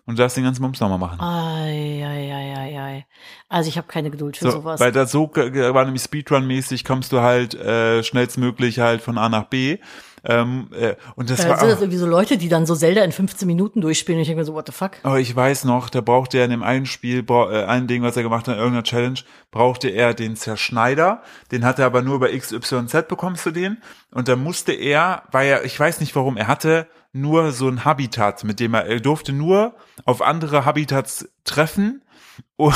A: und du darfst den ganzen Mums nochmal machen.
B: Ah, Ei, ei, ei, ei, ei. Also ich habe keine Geduld für
A: so,
B: sowas.
A: Weil das so ge- ge- war nämlich Speedrun-mäßig, kommst du halt äh, schnellstmöglich halt von A nach B. Ähm, äh, und das
B: Äh,
A: war
B: sind das irgendwie so Leute, die dann so Zelda in 15 Minuten durchspielen und ich denke mir so, what the fuck?
A: Aber ich weiß noch, da brauchte er in dem einen Spiel, bra- äh, ein Ding, was er gemacht hat, in irgendeiner Challenge, brauchte er den Zerschneider. Den hat er aber nur bei XYZ bekommst du den. Und dann musste er, weil er, ich weiß nicht warum, er hatte nur so ein Habitat, mit dem er, er durfte nur auf andere Habitats treffen. Oh,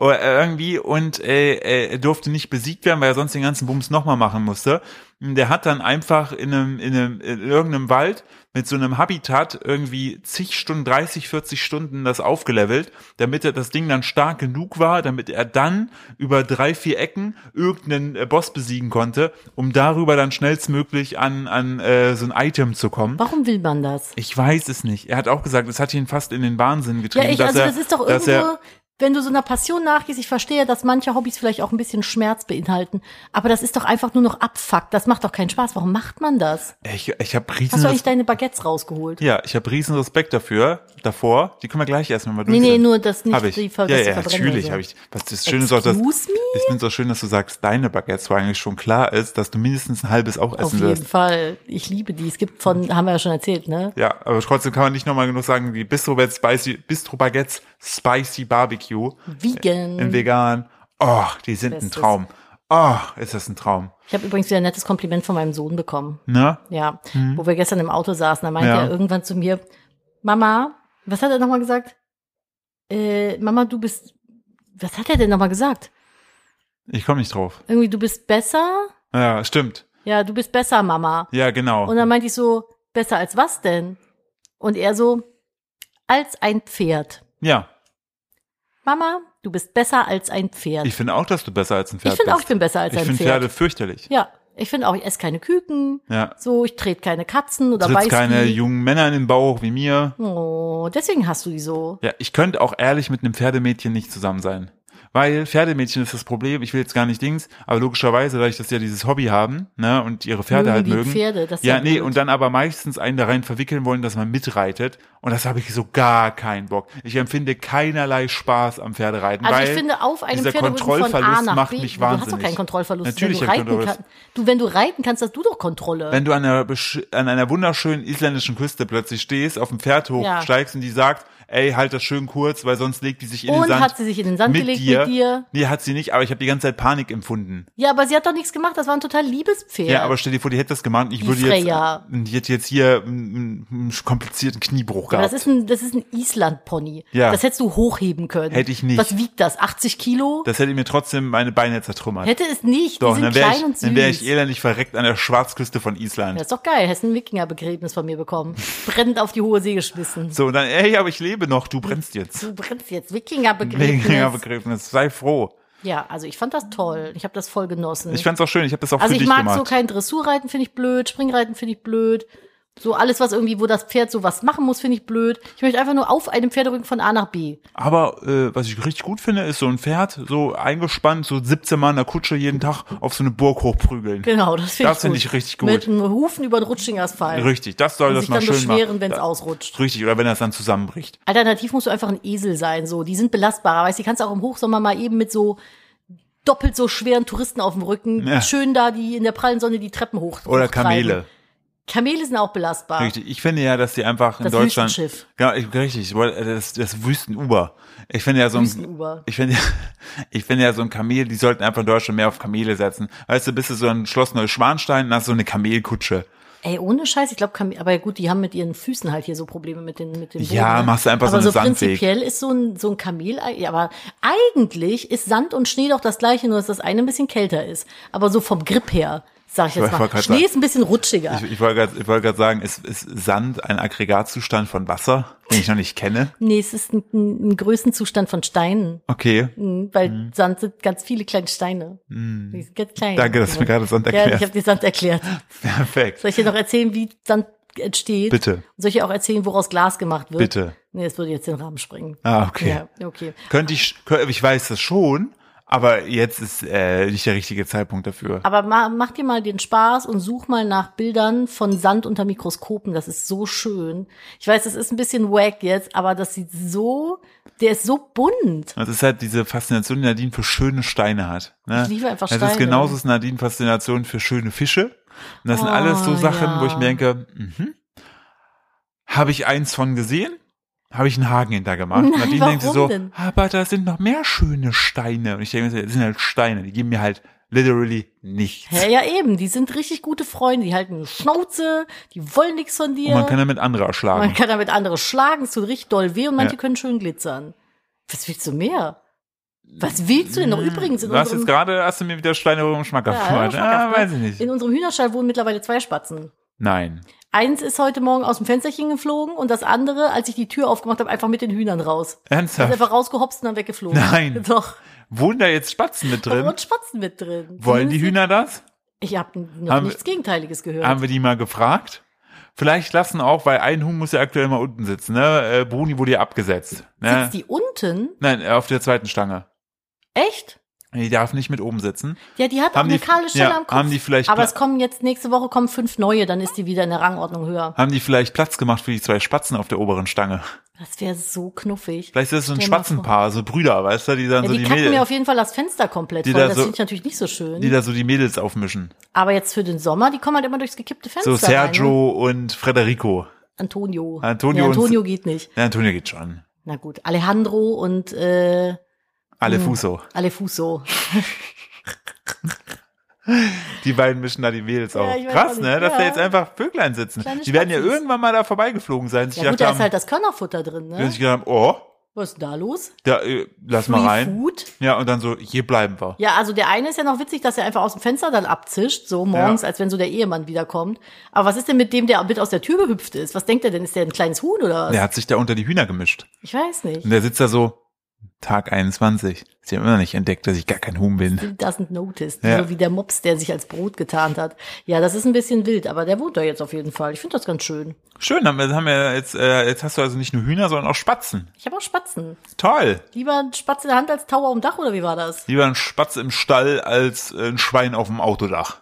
A: Oder irgendwie und äh, er durfte nicht besiegt werden, weil er sonst den ganzen Bums nochmal machen musste. Und Der hat dann einfach in einem, in einem in irgendeinem Wald mit so einem Habitat irgendwie zig Stunden, 30, 40 Stunden das aufgelevelt, damit er das Ding dann stark genug war, damit er dann über drei, vier Ecken irgendeinen äh, Boss besiegen konnte, um darüber dann schnellstmöglich an, an äh, so ein Item zu kommen.
B: Warum will man das?
A: Ich weiß es nicht. Er hat auch gesagt, es hat ihn fast in den Wahnsinn
B: Ja,
A: getrieben.
B: ich,
A: dass
B: also
A: er,
B: das ist doch
A: dass
B: irgendwo,
A: er-
B: wenn du so einer Passion nachgehst, ich verstehe, dass manche Hobbys vielleicht auch ein bisschen Schmerz beinhalten, aber das ist doch einfach nur noch Abfuck. Das macht doch keinen Spaß. Warum macht man das?
A: Ich, ich habe
B: Hast
A: riesen,
B: du eigentlich
A: Res-
B: deine Baguettes rausgeholt?
A: ja, ich habe riesen Respekt dafür, davor. Die können wir gleich erstmal mal
B: Nee,
A: durch.
B: nee, nur das nicht,
A: Hab ich.
B: die
A: ja,
B: Ver- dass die
A: ja,
B: verbrennen
A: natürlich
B: oder so.
A: habe ich. Was das Schöne ist auch, dass
B: Excuse me?
A: ich finde es auch schön, dass du sagst, deine Baguettes, wo eigentlich schon klar ist, dass du mindestens ein halbes auch
B: Auf
A: essen
B: jeden
A: wirst.
B: Fall. Ich liebe die. Es gibt von, haben wir ja schon erzählt, ne?
A: Ja, aber trotzdem kann man nicht nochmal genug sagen, die Bistro Baguettes Spicy, Bistro Baguettes Spicy Barbecue
B: Vegan.
A: in vegan. Oh, die sind ein
B: Mhm. Bestes.
A: Traum. Oh, ist das ein Traum.
B: Ich habe übrigens wieder ein nettes Kompliment von meinem Sohn bekommen.
A: Ne?
B: Ja, wo wir gestern im Auto saßen, da meinte
A: Ja.
B: er irgendwann zu mir, Mama, was hat er nochmal gesagt? Äh, Mama, du bist, was hat er denn nochmal gesagt?
A: Ich komme nicht drauf.
B: Irgendwie, du bist besser?
A: Ja, stimmt.
B: Ja, du bist besser, Mama.
A: Ja, genau.
B: Und dann meinte ich so, besser als was denn? Und er so, als ein Pferd.
A: ja,
B: Mama, du bist besser als ein Pferd.
A: ich finde auch, dass du besser als ein
B: Ich
A: Pferd
B: finde auch, ich
A: bist.
B: bin besser als
A: ich
B: ein
A: finde
B: Pferd.
A: Pferde fürchterlich.
B: Ja, ich finde auch, ich esse keine Küken.
A: Ja.
B: So, ich trete keine Katzen oder
A: trittst
B: Weißvieh.
A: keine jungen Männer in den Bauch wie mir.
B: Oh, deswegen hast du die so.
A: Ja, ich könnte auch ehrlich mit einem Pferdemädchen nicht zusammen sein. weil Pferdemädchen ist das Problem, ich will jetzt gar nicht Dings, aber logischerweise, dadurch, dass sie ja dieses Hobby haben, ne, und ihre Pferde
B: Mögen
A: halt
B: die
A: mögen.
B: Pferde, das ist
A: ja,
B: ja
A: nee,
B: blöd.
A: und dann aber meistens einen da rein verwickeln wollen, dass man mitreitet. Und das habe ich so gar keinen Bock. Ich empfinde keinerlei Spaß am Pferdereiten,
B: Also
A: weil
B: ich finde, auf einem
A: dieser
B: Pferderücken von A
A: Kontrollverlust
B: nach
A: macht
B: B,
A: mich
B: du
A: wahnsinnig.
B: hast doch keinen Kontrollverlust.
A: Natürlich
B: wenn
A: habe ich
B: du reiten
A: Kontrollverlust.
B: kannst, du, wenn du reiten kannst, hast du doch Kontrolle.
A: Wenn du an einer, besch- an einer wunderschönen isländischen Küste plötzlich stehst, auf dem Pferd
B: Ja.
A: hochsteigst und die sagt, ey, halt das schön kurz, weil sonst legt die sich in den
B: Und
A: Sand.
B: hat sie sich in den Sand gelegt mit dir?
A: Nee, hat sie nicht, aber ich habe die ganze Zeit Panik empfunden.
B: ja, aber sie hat doch nichts gemacht. Das war ein total liebes Pferd.
A: Ja, aber stell dir vor, die hätte das gemacht und ich
B: Die
A: würde jetzt,
B: Freya.
A: die hätte jetzt hier einen, einen komplizierten Kniebruch
B: Aber
A: gehabt.
B: das ist ein, das ist ein Island-Pony.
A: Ja.
B: Das hättest du hochheben können.
A: Hätte ich nicht.
B: Was wiegt das? 80 Kilo?
A: Das hätte mir trotzdem meine Beine zertrümmert.
B: hätte es nicht.
A: Doch,
B: die sind
A: dann wäre
B: klein
A: ich,
B: und süß.
A: dann wär ich elendig verreckt an der Schwarzküste von Island.
B: das ist doch geil. Hast ein Wikingerbegräbnis von mir bekommen. Brennend auf die hohe See geschmissen.
A: So, und dann, ey, aber ich lebe noch, du brennst jetzt.
B: Du brennst jetzt Wikingerbegräbnis.
A: Mega Begräbnis, sei froh.
B: Ja, also ich fand das toll. Ich habe das voll genossen.
A: Ich fand's auch schön, ich habe das auch
B: also
A: für
B: ich
A: dich
B: mag
A: gemacht.
B: so kein Dressurreiten, finde ich blöd. Springreiten finde ich blöd. So alles, was irgendwie, wo das Pferd so was machen muss, finde ich blöd. Ich möchte einfach nur auf einem Pferderücken von A nach B.
A: Aber äh, was ich richtig gut finde, ist so ein Pferd, so eingespannt, so 17 Mal in der Kutsche jeden Tag auf so eine Burg hochprügeln.
B: Genau, das finde ich
A: Das finde
B: gut.
A: ich richtig gut.
B: Mit einem Hufen über den rutschigen Asphalt.
A: Richtig, das soll
B: Und
A: das
B: sich
A: mal
B: dann
A: schön
B: beschweren,
A: machen.
B: wenn es
A: Da-
B: ausrutscht.
A: Richtig, oder wenn das dann zusammenbricht.
B: Alternativ musst du einfach ein Esel sein. So, die sind belastbarer. Weißt, du, die kannst du auch im Hochsommer mal eben mit so doppelt so schweren Touristen auf dem Rücken
A: Ja.
B: schön da die in der prallen Sonne die Treppen hoch.
A: Oder
B: hochtreiben.
A: Kamele.
B: Kamele sind auch belastbar.
A: Richtig, ich finde ja, dass die einfach in
B: Das
A: Deutschland.
B: Wüstenschiff.
A: Ja, ich, richtig, ich wollte- das, das Wüsten-Uber. Ich finde ja so ein.
B: Wüsten-Uber.
A: Ich finde, ich finde ja so ein Kamel, die sollten einfach in Deutschland mehr auf Kamele setzen. Weißt du, bist du so ein Schloss Neuschwanstein und hast so eine Kamelkutsche.
B: Ey, ohne Scheiß, ich glaube, Kam- aber gut, die haben mit ihren Füßen halt hier so Probleme mit den mit dem Boden.
A: Ja,
B: ne?
A: machst du einfach so
B: aber
A: einen
B: so
A: Sandweg.
B: prinzipiell ist so ein so ein Kamel, ja, aber eigentlich ist Sand und Schnee doch das gleiche, nur dass das eine ein bisschen kälter ist, aber so vom Grip her, sag ich jetzt
A: wollte
B: mal.
A: grad
B: Schnee
A: sagen-
B: ist ein bisschen rutschiger.
A: Ich, ich wollte gerade wollt grad sagen, ist, ist Sand ein Aggregatzustand von Wasser, den ich noch nicht kenne?
B: nee, es ist ein, ein, ein Größenzustand von Steinen,
A: Okay.
B: mhm, weil
A: Hm.
B: Sand sind ganz viele kleine Steine. Die sind ganz klein.
A: Danke, dass du mir gerade Sand
B: Ja, ich
A: erklärst.
B: habe dir Sand erklärt.
A: Perfekt.
B: Soll ich dir noch erzählen, wie Sand entsteht?
A: Bitte.
B: Soll ich dir auch erzählen, woraus Glas gemacht wird?
A: Bitte.
B: Nee, das würde jetzt den Rahmen sprengen.
A: Ah, okay.
B: Ja, okay.
A: Könnte ich, kö- ich weiß das schon, aber jetzt ist äh, nicht der richtige Zeitpunkt dafür.
B: Aber ma, mach dir mal den Spaß und such mal nach Bildern von Sand unter Mikroskopen. Das ist so schön. Ich weiß, das ist ein bisschen wack jetzt, aber das sieht so, der ist so bunt.
A: Das ist halt diese Faszination, die Nadine für schöne Steine hat. Ne?
B: Ich liebe einfach
A: Das
B: Steine.
A: ist genauso ist Nadine Faszination für schöne Fische. Und das sind
B: Oh,
A: alles so Sachen, wo ich
B: ja.
A: mir denke, mhm, habe ich eins von gesehen? Habe ich einen Haken hintergemacht?
B: Nein,
A: Nadine denkt sich so,
B: warum denn?
A: aber da sind noch mehr schöne Steine. Und ich denke, mir so, das sind halt Steine, die geben mir halt literally nichts.
B: Ja, ja, eben. Die sind richtig gute Freunde. Die halten eine Schnauze, die wollen nichts von dir.
A: Und man kann damit andere
B: Man
A: erschlagen.
B: kann damit andere schlagen, es tut richtig doll weh und manche
A: Ja.
B: können schön glitzern. Was willst du mehr? Was willst du denn noch übrigens in
A: Hm. Du hast jetzt
B: unserem,
A: gerade, hast du mir wieder Steine im Schmackhaft
B: Ja,
A: gemacht. Ah,
B: schmackhaft,
A: weiß ich
B: ne?
A: nicht.
B: in unserem Hühnerstall wohnen mittlerweile zwei Spatzen.
A: Nein.
B: Eins ist heute Morgen aus dem Fensterchen geflogen und das andere, als ich die Tür aufgemacht habe, einfach mit den Hühnern raus. Ist
A: Ernsthaft?
B: einfach rausgehopst und dann weggeflogen.
A: Nein.
B: Doch.
A: Wohnen da jetzt Spatzen mit drin?
B: Und Spatzen mit drin.
A: Wollen die
B: Zumindest-
A: Hühner das?
B: Ich habe noch
A: Haben-
B: nichts Gegenteiliges gehört.
A: Haben wir die mal gefragt? Vielleicht lassen auch, weil ein Huhn muss ja aktuell mal unten sitzen, ne? Äh, Bruni wurde ja abgesetzt. Ne?
B: Sitzt die unten?
A: Nein, äh, auf der zweiten Stange.
B: Echt?
A: Die darf nicht mit oben sitzen.
B: Ja, die hat
A: Haben
B: auch
A: die-
B: eine kahle Stelle
A: ja,
B: am Kopf.
A: haben die vielleicht
B: Aber
A: Pla-
B: es kommen jetzt nächste Woche kommen fünf neue, dann ist die wieder in der Rangordnung höher.
A: Haben die vielleicht Platz gemacht für die zwei Spatzen auf der oberen Stange?
B: Das wäre so knuffig.
A: Vielleicht ist es so ein
B: Stell dir mal
A: Spatzenpaar, so Brüder, weißt du, die dann
B: Ja,
A: so
B: die
A: die,
B: kacken mir
A: Mädels,
B: auf jeden Fall das Fenster komplett
A: die
B: voll.
A: da
B: Das
A: so-
B: finde ich natürlich nicht so schön.
A: die da so die Mädels aufmischen.
B: Aber jetzt für den Sommer, die kommen halt immer durchs gekippte
A: So
B: Fenster. Rein.
A: Sergio und Federico.
B: Antonio.
A: Antonio
B: nee,
A: und-
B: Antonio geht nicht.
A: Ja, Antonio geht schon.
B: Na gut, Alejandro und äh,
A: Alle Fuso.
B: Alefuso.
A: Die beiden mischen da die Mädels
B: Ja,
A: auf.
B: ich weiß auch
A: Krass,
B: nicht.
A: ne? Dass da
B: Ja.
A: jetzt einfach Vöglein sitzen.
B: Kleine
A: die werden ja
B: Spatzis.
A: irgendwann mal da vorbeigeflogen sein.
B: Ja gut, da ist halt das Körnerfutter drin,
A: Die haben
B: ne?
A: sich gedacht haben, oh,
B: Was ist da los?
A: da, äh, lass mal
B: Free
A: rein.
B: Food?
A: Ja, und dann so, hier bleiben wir.
B: Ja, also der eine ist ja noch witzig, dass er einfach aus dem Fenster dann abzischt, so morgens,
A: Ja.
B: als wenn so der Ehemann wiederkommt. Aber was ist denn mit dem, der mit aus der Tür gehüpft ist? Was denkt er denn? Ist der ein kleines Huhn oder was?
A: Der hat sich da unter die Hühner gemischt.
B: Ich weiß nicht.
A: Und der sitzt da so, Tag 21. Sie haben immer noch nicht entdeckt, dass ich gar kein Huhn bin.
B: He doesn't notice.
A: Ja.
B: So wie der Mops, der sich als Brot getarnt hat. Ja, das ist ein bisschen wild, aber der wohnt da jetzt auf jeden Fall. Ich finde das ganz schön.
A: Schön, haben wir, haben wir jetzt, äh, jetzt hast du also nicht nur Hühner, sondern auch Spatzen.
B: Ich habe auch Spatzen.
A: Toll.
B: Lieber ein Spatz in der Hand als Tauer am Dach, oder wie war das?
A: Lieber ein Spatz im Stall als äh, ein Schwein auf dem Autodach.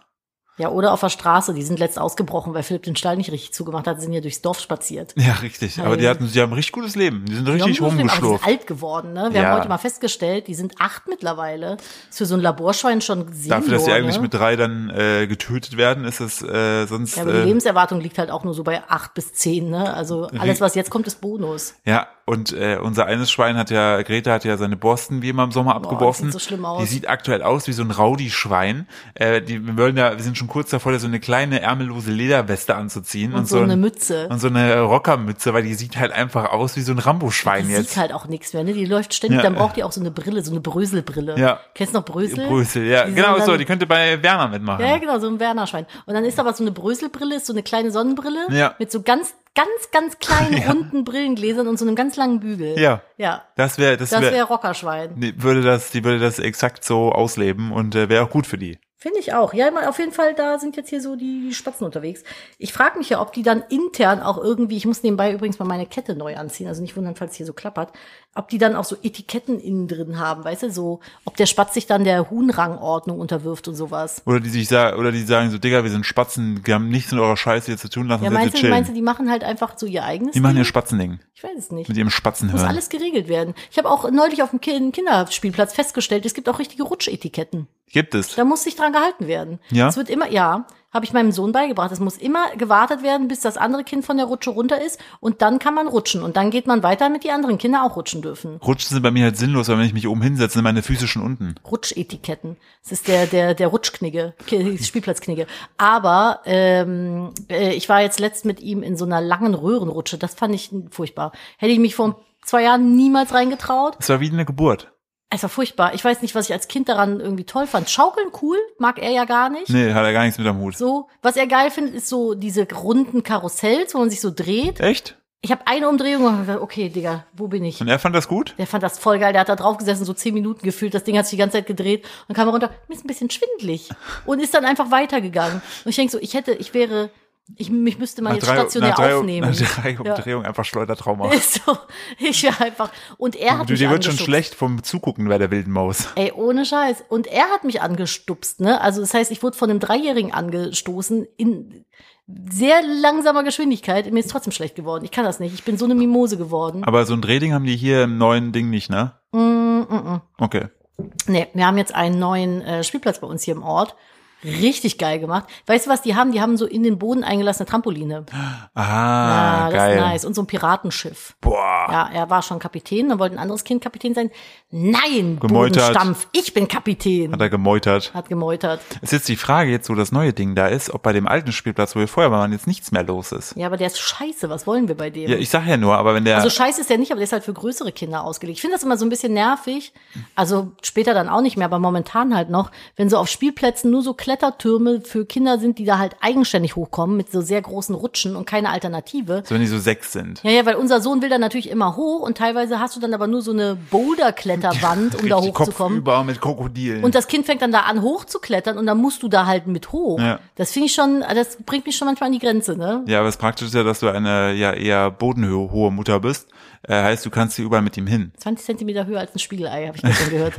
B: Ja, oder auf der Straße. Die sind letzt ausgebrochen, weil Philipp den Stall nicht richtig zugemacht hat. Sie sind ja durchs Dorf spaziert.
A: Ja, richtig. Aber die
B: Ei.
A: hatten, die haben ein richtig gutes Leben. Die sind richtig
B: Die haben Muslim, Aber die
A: rumgeschlurft.
B: sind alt geworden, ne? Wir
A: Ja.
B: haben heute mal festgestellt, die sind acht mittlerweile. Ist für so ein Laborschwein schon sieben
A: Dafür, dass die
B: Jahre,
A: eigentlich
B: ne?
A: mit drei dann äh, getötet werden, ist es äh, sonst.
B: ja,
A: Ja,
B: aber die
A: äh,
B: Lebenserwartung liegt halt auch nur so bei acht bis zehn, ne? Also alles, was jetzt kommt, ist Bonus.
A: ja und äh, unser eines Schwein hat ja, Greta hat ja seine Borsten wie immer im Sommer abgeworfen.
B: das sieht so schlimm aus.
A: Die sieht aktuell aus wie so ein Raudi-Schwein. Äh, die wir wollen ja, wir sind schon kurz davor, da so eine kleine ärmellose Lederweste anzuziehen und,
B: Und so
A: ein-
B: eine Mütze.
A: und so eine Rockermütze, weil die sieht halt einfach aus wie so ein Rambo-Schwein
B: Die
A: jetzt.
B: sieht halt auch nichts mehr, ne? Die läuft ständig,
A: Ja.
B: dann braucht die auch so eine Brille, so eine Bröselbrille.
A: Ja.
B: Kennst du noch Brösel?
A: Brüssel, ja,
B: halt- Die sind
A: genau
B: dann-
A: so. Die könnte bei Werner mitmachen.
B: Ja, ja, genau, so ein Wernerschwein. Und dann ist aber so eine Bröselbrille, ist so eine kleine Sonnenbrille
A: Ja.
B: mit so ganz, ganz, ganz kleinen, runden Brillengläsern und so einem ganz langen Bügel.
A: Ja.
B: Ja.
A: Das wäre, das
B: Das
A: wäre,
B: wäre Rockerschwein.
A: die würde das, die würde das exakt so ausleben und äh, wäre auch gut für die.
B: Finde ich auch. Ja, ich meine, auf jeden Fall, da sind jetzt hier so die, die Spatzen unterwegs. Ich frage mich ja, ob die dann intern auch irgendwie, ich muss nebenbei übrigens mal meine Kette neu anziehen, also nicht wundern, falls hier so klappert, ob die dann auch so Etiketten innen drin haben, weißt du, so, ob der Spatz sich dann der Huhnrangordnung unterwirft und sowas.
A: Oder die sich sagen, oder die sagen so, Digga, wir sind Spatzen, wir haben nichts mit eurer Scheiße hier zu tun, lass
B: Ja,
A: uns jetzt
B: meinst
A: hier
B: du, meinst du,
A: chillen.
B: die machen halt einfach so ihr eigenes?
A: Die machen
B: Ding?
A: ihr Spatzending
B: Ich weiß es nicht.
A: mit ihrem Spatzenhirn.
B: Muss alles geregelt werden. Ich habe auch neulich auf dem Kin- Kinderspielplatz festgestellt, es gibt auch richtige Rutschetiketten.
A: Gibt es.
B: Da muss sich dran gehalten werden.
A: Ja?
B: Es wird immer, ja, habe ich meinem Sohn beigebracht. Es muss immer gewartet werden, bis das andere Kind von der Rutsche runter ist und dann kann man rutschen. Und dann geht man weiter, damit die anderen Kinder auch rutschen dürfen.
A: Rutschen sind bei mir halt sinnlos, weil wenn ich mich oben hinsetze, sind meine Füße schon unten.
B: Rutschetiketten. Das ist der, der, der Rutschknigge, K- Spielplatzknigge. Aber ähm, äh, ich war jetzt letzt mit ihm in so einer langen Röhrenrutsche. Das fand ich furchtbar. Hätte ich mich vor zwei Jahren niemals reingetraut.
A: Es war wie eine Geburt.
B: Es war furchtbar. Ich weiß nicht, was ich als Kind daran irgendwie toll fand. Schaukeln cool, mag er ja gar nicht.
A: Nee, hat er gar nichts mit am Hut.
B: So, was er geil findet, ist so diese runden Karussells, wo man sich so dreht.
A: Echt?
B: Ich habe eine Umdrehung gemacht und gesagt, okay, Digga, wo bin ich?
A: Und er fand das gut?
B: Der fand das voll geil, der hat da drauf gesessen, so zehn Minuten gefühlt, das Ding hat sich die ganze Zeit gedreht und kam runter, mir ist ein bisschen schwindelig und ist dann einfach weitergegangen. Und ich denk so, ich hätte, ich wäre, ich, mich müsste man jetzt stationär
A: nach drei,
B: aufnehmen.
A: nach drei
B: Ja.
A: Umdrehungen einfach Schleudertrauma.
B: Ist so, ich wäre einfach, und er hat
A: Du,
B: mich
A: dir wird schon
B: angeschubst.
A: schlecht vom Zugucken bei der wilden Maus.
B: Ey, ohne Scheiß. Und er hat mich angestupst, ne? Also das heißt, ich wurde von einem Dreijährigen angestoßen in sehr langsamer Geschwindigkeit. Mir ist trotzdem schlecht geworden. Ich kann das nicht. Ich bin so eine Mimose geworden.
A: Aber so ein Drehding haben die hier im neuen Ding nicht, ne?
B: Mm, mm, mm.
A: Okay.
B: Nee, wir haben jetzt einen neuen äh, Spielplatz bei uns hier im Ort. Richtig geil gemacht. Weißt du, was die haben? Die haben so in den Boden eingelassene Trampoline.
A: Ah,
B: ja, das
A: geil. Ah.
B: ist nice. Und so ein Piratenschiff.
A: Boah.
B: Ja, er war schon Kapitän, dann wollte ein anderes Kind Kapitän sein. Nein,
A: Gemeutert.
B: Bodenstampf. Ich bin Kapitän.
A: Hat er gemeutert.
B: Hat gemeutert.
A: Ist jetzt die Frage, jetzt wo das neue Ding da ist, ob bei dem alten Spielplatz, wo wir vorher waren, jetzt nichts mehr los ist.
B: Ja, aber der ist scheiße. Was wollen wir bei dem?
A: Ja, ich sag ja nur, aber wenn der.
B: Also scheiße ist der nicht, aber der ist halt für größere Kinder ausgelegt. Ich finde das immer so ein bisschen nervig. Also später dann auch nicht mehr, aber momentan halt noch, wenn so auf Spielplätzen nur so Klettertürme für Kinder sind, die da halt eigenständig hochkommen mit so sehr großen Rutschen und keine Alternative.
A: so wenn die so sechs sind.
B: Ja, ja, weil unser Sohn will dann natürlich immer hoch und teilweise hast du dann aber nur so eine Boulder-Kletterwand, um da
A: Richtig
B: hochzukommen.
A: Kopfüber mit Krokodilen.
B: Und das Kind fängt dann da an hochzuklettern und dann musst du da halt mit hoch.
A: Ja.
B: Das finde ich schon, das bringt mich schon manchmal an die Grenze, ne?
A: ja, aber das Praktische ist ja, dass du eine ja eher bodenhohe Mutter bist. Äh, heißt, du kannst hier überall mit ihm hin.
B: 20 Zentimeter höher als ein Spiegelei, habe ich gestern gehört.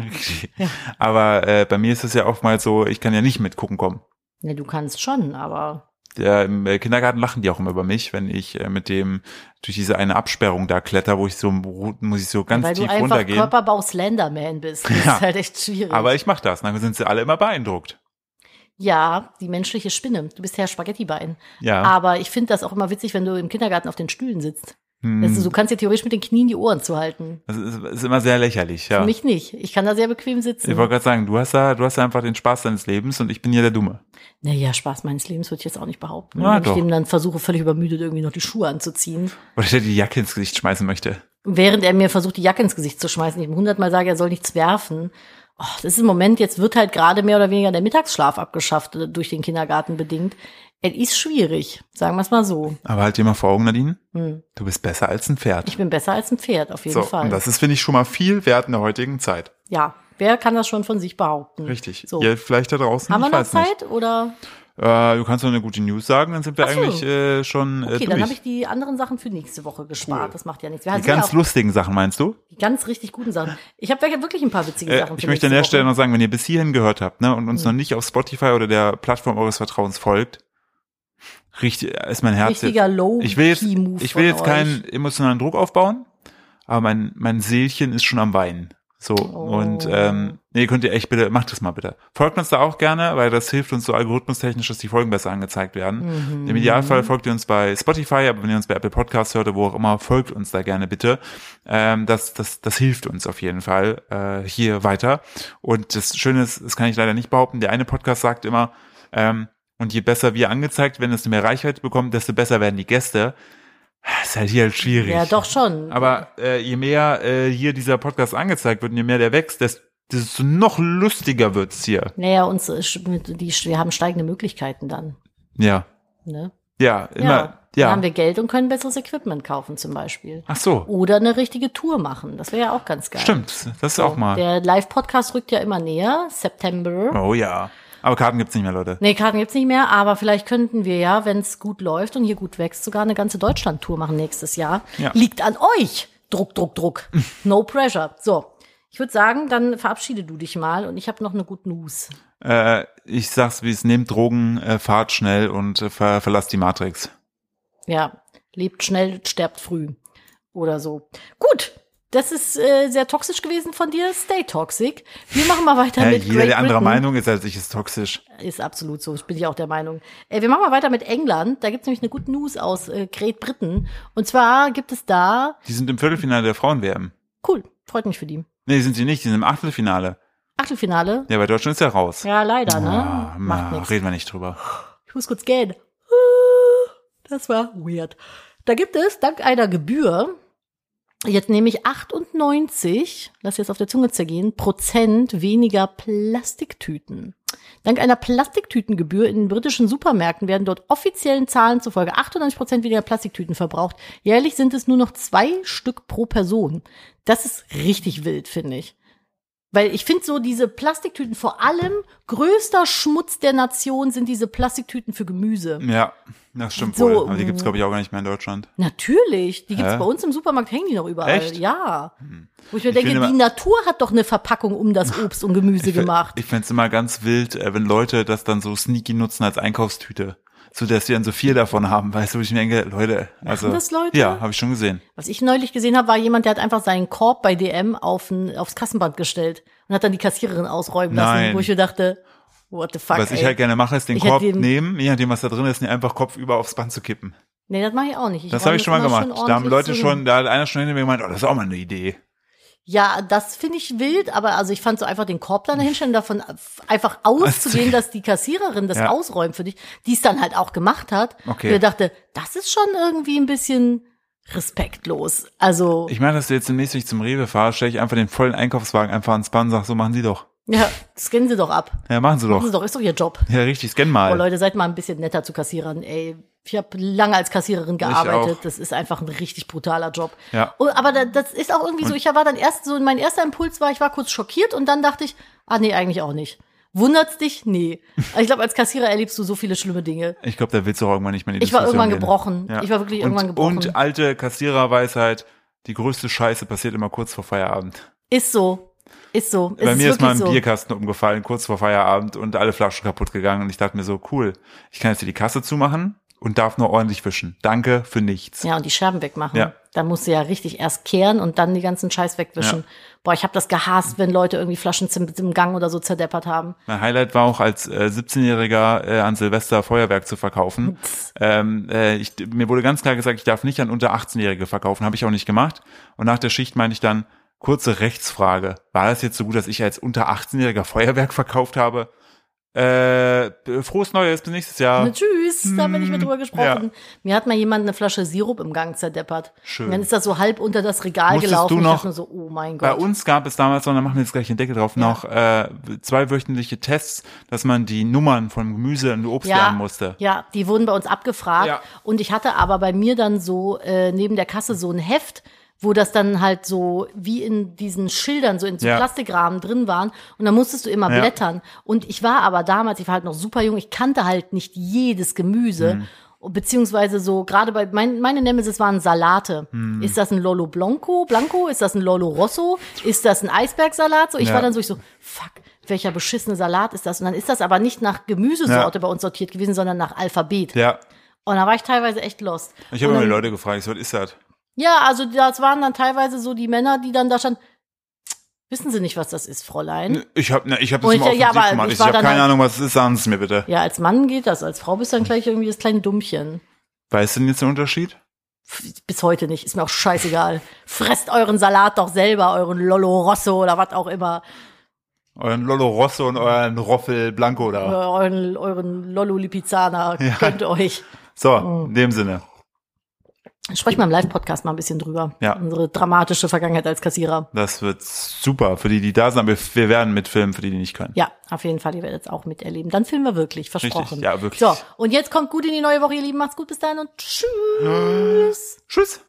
A: Aber äh, bei mir ist es ja oftmals so, ich kann ja nicht mitgucken kommen.
B: Ja, Ne, du kannst schon, aber
A: Der, Im äh, Kindergarten lachen die auch immer über mich, wenn ich äh, mit dem durch diese eine Absperrung da kletter, wo ich so muss ich so ganz
B: Weil du
A: tief
B: einfach
A: runtergehen.
B: Körperbau Slenderman bist. Das
A: Ja.
B: ist halt echt schwierig.
A: aber ich mach das, dann sind sie alle immer beeindruckt.
B: ja, die menschliche Spinne. Du bist Herr Spaghettibein.
A: Ja.
B: Aber ich finde das auch immer witzig, wenn du im Kindergarten auf den Stühlen sitzt.
A: Hm.
B: Weißt du, du kannst dir theoretisch mit den Knien die Ohren zuhalten.
A: Das ist, ist immer sehr lächerlich, ja.
B: Für mich nicht. Ich kann da sehr bequem
A: ich
B: sitzen.
A: wollte gerade sagen, du hast da, du hast da einfach den Spaß deines Lebens und ich bin hier der Dumme.
B: Naja, Spaß meines Lebens würde ich jetzt auch nicht behaupten.
A: Na
B: wenn
A: doch.
B: ich dem dann versuche, völlig übermüdet irgendwie noch die Schuhe anzuziehen.
A: Oder ich dir die Jacke ins Gesicht schmeißen möchte.
B: Während er mir versucht, die Jacke ins Gesicht zu schmeißen. Ich ihm hundertmal sage, er soll nichts werfen. Oh, das ist im Moment, jetzt wird halt gerade mehr oder weniger der Mittagsschlaf abgeschafft äh, durch den Kindergarten bedingt. Es ist schwierig, sagen wir es mal so.
A: Aber halt dir mal vor Augen, Nadine,
B: Hm.
A: du bist besser als ein Pferd.
B: Ich bin besser als ein Pferd, auf jeden
A: So,
B: Fall.
A: und das ist, finde ich, schon mal viel wert in der heutigen Zeit.
B: ja, wer kann das schon von sich behaupten?
A: Richtig.
B: So.
A: Ihr vielleicht da draußen,
B: Haben wir
A: ich
B: noch
A: weiß nicht.
B: Zeit? Oder?
A: Äh, du kannst noch eine gute News sagen, dann sind wir
B: Ach so.
A: eigentlich äh, schon äh,
B: Okay,
A: durch.
B: dann habe ich die anderen Sachen für nächste Woche gespart.
A: Cool.
B: Das macht ja nichts. Wir
A: die
B: hatten ja
A: ganz
B: auch
A: lustigen Sachen, meinst du?
B: die ganz richtig guten Sachen. Ich habe wirklich ein paar witzige
A: Äh,
B: Sachen für
A: ich möchte an der
B: nächste Woche. Hm.
A: Stelle noch sagen, wenn ihr bis hierhin gehört habt ne, und uns noch nicht auf Spotify oder der Plattform eures Vertrauens folgt, richtig, äh, ist mein Herz jetzt
B: richtiger low
A: Ich will jetzt,
B: key move
A: ich will jetzt
B: von
A: keinen emotionalen Druck aufbauen, aber mein, mein Seelchen ist schon am Weinen. So,
B: Oh.
A: und ähm, nee, könnt ihr echt bitte, macht das mal bitte. Folgt uns da auch gerne, weil das hilft uns so algorithmustechnisch, dass die Folgen besser angezeigt werden.
B: Mhm.
A: Im Idealfall folgt ihr uns bei Spotify, aber wenn ihr uns bei Apple Podcasts hört oder wo auch immer, folgt uns da gerne bitte. Ähm, das, das, das hilft uns auf jeden Fall äh, hier weiter. Und das Schöne ist, das kann ich leider nicht behaupten, der eine Podcast sagt immer, ähm, und je besser wir angezeigt werden, desto mehr Reichweite bekommen, desto besser werden die Gäste. Das ist halt hier halt schwierig.
B: Ja, doch schon.
A: Aber äh, je mehr äh, hier dieser Podcast angezeigt wird und je mehr der wächst, des- desto noch lustiger wird's hier.
B: naja, uns ist mit- die, wir haben steigende Möglichkeiten dann.
A: Ja.
B: Ne?
A: Ja, immer.
B: ja. Dann
A: Ja.
B: haben wir Oh. Geld und können besseres Equipment kaufen zum Beispiel.
A: Ach so.
B: Oder eine richtige Tour machen. Das wäre ja auch ganz geil.
A: Stimmt. Das ist auch mal.
B: Oh, Der Live-Podcast rückt ja immer näher. September.
A: Oh ja. Aber Karten gibt's nicht mehr, Leute.
B: Nee, Karten gibt's nicht mehr, aber vielleicht könnten wir ja, wenn's gut läuft und hier gut wächst, sogar eine ganze Deutschland-Tour machen nächstes Jahr.
A: Ja.
B: Liegt an euch. Druck, Druck, Druck. No pressure. So. Ich würde sagen, dann verabschiede du dich mal und ich habe noch eine gute News.
A: Äh, ich sag's wie es nehmt Drogen, äh, fahrt schnell und äh, ver verlasst die Matrix.
B: Ja, lebt schnell, stirbt früh oder so. Gut, das ist äh, sehr toxisch gewesen von dir. Stay toxic. Wir machen mal weiter
A: Ja,
B: mit
A: jeder,
B: Great
A: der anderer
B: Britain.
A: Meinung ist als ich, ist toxisch.
B: Ist absolut so, bin ich auch der Meinung. Äh, wir machen mal weiter mit England. Da gibt's nämlich eine gute News aus äh, Great Britain. Und zwar gibt es da,
A: Die sind im Viertelfinale der Frauenwerben.
B: cool, freut mich für die.
A: Nee, sind sie nicht, die sind im Achtelfinale.
B: Achtelfinale.
A: Ja, bei Deutschland ist ja raus.
B: Ja, leider, ne?
A: Ah,
B: Macht
A: ma,
B: nichts.
A: reden wir nicht drüber.
B: Ich muss kurz gehen. Das war weird. Da gibt es dank einer Gebühr, jetzt nehme ich 98, lass jetzt auf der Zunge zergehen, Prozent weniger Plastiktüten. Dank einer Plastiktütengebühr in den britischen Supermärkten werden dort offiziellen Zahlen zufolge 98 Prozent weniger Plastiktüten verbraucht. Jährlich sind es nur noch zwei Stück pro Person. Das ist richtig wild, finde ich. Weil ich finde so diese Plastiktüten vor allem größter Schmutz der Nation sind diese Plastiktüten für Gemüse.
A: Ja, das stimmt
B: So,
A: wohl. Aber die
B: mm.
A: gibt's glaub glaube ich, auch gar nicht mehr in Deutschland.
B: Natürlich, die gibt's
A: Hä?
B: bei uns im Supermarkt hängen die noch überall.
A: Echt? Hm.
B: Ja. Wo ich mir
A: Ich
B: denke,
A: finde
B: die
A: immer-
B: Natur hat doch eine Verpackung um das Obst und Gemüse gemacht.
A: Ich fänd's immer ganz wild, äh, wenn Leute das dann so sneaky nutzen als Einkaufstüte. So dass sie dann so viel davon haben, weißt du, wo ich mir denke, Leute, also.
B: das Leute?
A: Ja, habe ich schon gesehen.
B: Was ich neulich gesehen habe, war jemand, der hat einfach seinen Korb bei DM auf ein, aufs Kassenband gestellt und hat dann die Kassiererin ausräumen lassen,
A: Nein.
B: wo ich mir dachte, what the fuck.
A: was ich
B: ey.
A: halt gerne mache, ist den
B: Ich hätte
A: Korb
B: dem-
A: nehmen, je nachdem, was da drin ist, den einfach Kopf über aufs Band zu kippen.
B: nee, das mache ich auch nicht. Ich
A: Das
B: räume
A: habe ich schon mal
B: immer
A: gemacht.
B: schön
A: da haben
B: ordentlich
A: Leute
B: zusammen.
A: schon, da hat einer schon hinter mir gemeint, oh, das ist auch mal eine Idee.
B: Ja, das finde ich wild, aber also ich fand so einfach den Korb dann dahinstellen, davon f- einfach auszugehen, dass die Kassiererin das
A: Ja.
B: ausräumt für dich, die es dann halt auch gemacht hat.
A: Okay.
B: Und ich dachte, das ist schon irgendwie ein bisschen respektlos. Also,
A: Ich meine, dass du jetzt demnächst nicht zum Rewe fahrst, stell ich einfach den vollen Einkaufswagen einfach ans Band und sag, so machen sie doch.
B: ja, scannen sie doch ab.
A: Ja, machen sie
B: Machen
A: doch.
B: sie doch, ist doch ihr Job.
A: Ja, richtig, scan
B: Oh,
A: mal.
B: Leute, seid mal ein bisschen netter zu Kassierern, ey. Ich habe lange als Kassiererin gearbeitet.
A: auch.
B: Das ist einfach ein richtig brutaler Job.
A: Ja.
B: Und, aber da, das ist auch irgendwie so, ich war dann erst so, mein erster Impuls war, ich war kurz schockiert und dann dachte ich, ah nee, eigentlich auch nicht. Wundert's dich? Nee. Also ich glaube, als Kassierer erlebst du so viele schlimme Dinge.
A: Ich glaube, da willst du auch irgendwann nicht mehr in die
B: Ich war
A: Diskussion
B: irgendwann
A: gehen.
B: gebrochen. Ich war wirklich
A: und,
B: irgendwann gebrochen.
A: Und alte Kassiererweisheit, die größte Scheiße passiert immer kurz vor Feierabend.
B: Ist so. Ist so. Es
A: Bei mir ist mal ein
B: wirklich so.
A: Bierkasten umgefallen, kurz vor Feierabend und alle Flaschen kaputt gegangen. Und ich dachte mir so, cool, ich kann jetzt hier die Kasse zumachen und darf nur ordentlich wischen. Danke für nichts.
B: Ja, und die Scherben wegmachen.
A: Ja.
B: Da musst du ja richtig erst kehren und dann die ganzen Scheiß wegwischen. Boah, ich habe das gehasst, wenn Leute irgendwie Flaschen zum, zum Gang oder so zerdeppert haben.
A: Mein Highlight war auch als äh, 17-Jähriger äh, an Silvester Feuerwerk zu verkaufen. Ähm, äh, ich, mir wurde ganz klar gesagt, ich darf nicht an unter 18-Jährige verkaufen, habe ich auch nicht gemacht. Und nach der Schicht meinte ich dann, kurze Rechtsfrage, war das jetzt so gut, dass ich als unter 18-Jähriger Feuerwerk verkauft habe? Äh, frohes Neues, bis nächstes Jahr.
B: Na, Ne, tschüss, da haben wir nicht mehr drüber gesprochen.
A: Hm, ja.
B: Mir hat mal jemand eine Flasche Sirup im Gang zerdeppert.
A: Schön.
B: Und dann ist das so halb unter das Regal
A: Musstest
B: gelaufen.
A: du
B: ich
A: noch
B: dachte nur so, oh mein
A: Bei
B: Gott.
A: uns gab es damals, und da machen wir jetzt gleich den Deckel drauf, noch äh, zwei wöchentliche Tests, dass man die Nummern von Gemüse und Obst lernen musste.
B: Ja, die wurden bei uns abgefragt.
A: Ja.
B: Und ich hatte aber bei mir dann so äh, neben der Kasse so ein Heft, wo das dann halt so wie in diesen Schildern, so in so
A: Ja.
B: Plastikrahmen drin waren. Und da musstest du immer
A: Ja.
B: blättern. Und ich war aber damals, ich war halt noch super jung, ich kannte halt nicht jedes Gemüse.
A: Mhm.
B: Und Beziehungsweise so, gerade bei, mein, meine Nemesis waren Salate.
A: Mhm.
B: Ist das ein Lolo Blanco? Blanco? Ist das ein Lolo Rosso? Ist das ein Eisbergsalat? So, ich
A: Ja.
B: war dann so, ich so, fuck, welcher beschissene Salat ist das? Und dann ist das aber nicht nach Gemüsesorte
A: Ja.
B: bei uns sortiert gewesen, sondern nach Alphabet.
A: Ja.
B: Und da war ich teilweise echt lost.
A: Ich habe immer
B: Und dann-
A: Leute gefragt, ich so, was ist das?
B: Ja, also das waren dann teilweise so die Männer, die dann da standen, wissen Sie nicht, was das ist, Fräulein?
A: Ich habe ne, ich hab das
B: Und
A: immer
B: ich- ja,
A: offensiv
B: aber
A: gemacht.
B: ich
A: Ich, ich
B: war
A: habe
B: dann
A: keine
B: halt-
A: Ahnung, was es ist, sagen Sie es mir bitte.
B: Ja, als Mann geht das, als Frau bist du dann gleich irgendwie das kleine Dummchen.
A: Weißt du denn jetzt den Unterschied?
B: Pff, Bis heute nicht, ist mir auch scheißegal. Fresst euren Salat doch selber, euren Lollo Rosso oder was auch immer.
A: Euren Lolo Rosso und euren Roffel Blanco da.
B: Oder Äh, Euren, euren Lollo Lipizzaner, könnt euch.
A: So, in dem Sinne.
B: Sprechen wir im Live-Podcast mal ein bisschen drüber.
A: Ja.
B: Unsere dramatische Vergangenheit als Kassierer.
A: Das wird super für die, die da sind, aber wir werden mitfilmen für die, die nicht können.
B: Ja, auf jeden Fall, ihr werdet es auch miterleben. Dann filmen wir wirklich, versprochen.
A: ja, wirklich.
B: So, und jetzt kommt gut in die neue Woche, ihr Lieben. Macht's gut, bis dahin und tschüss.
A: Tschüss.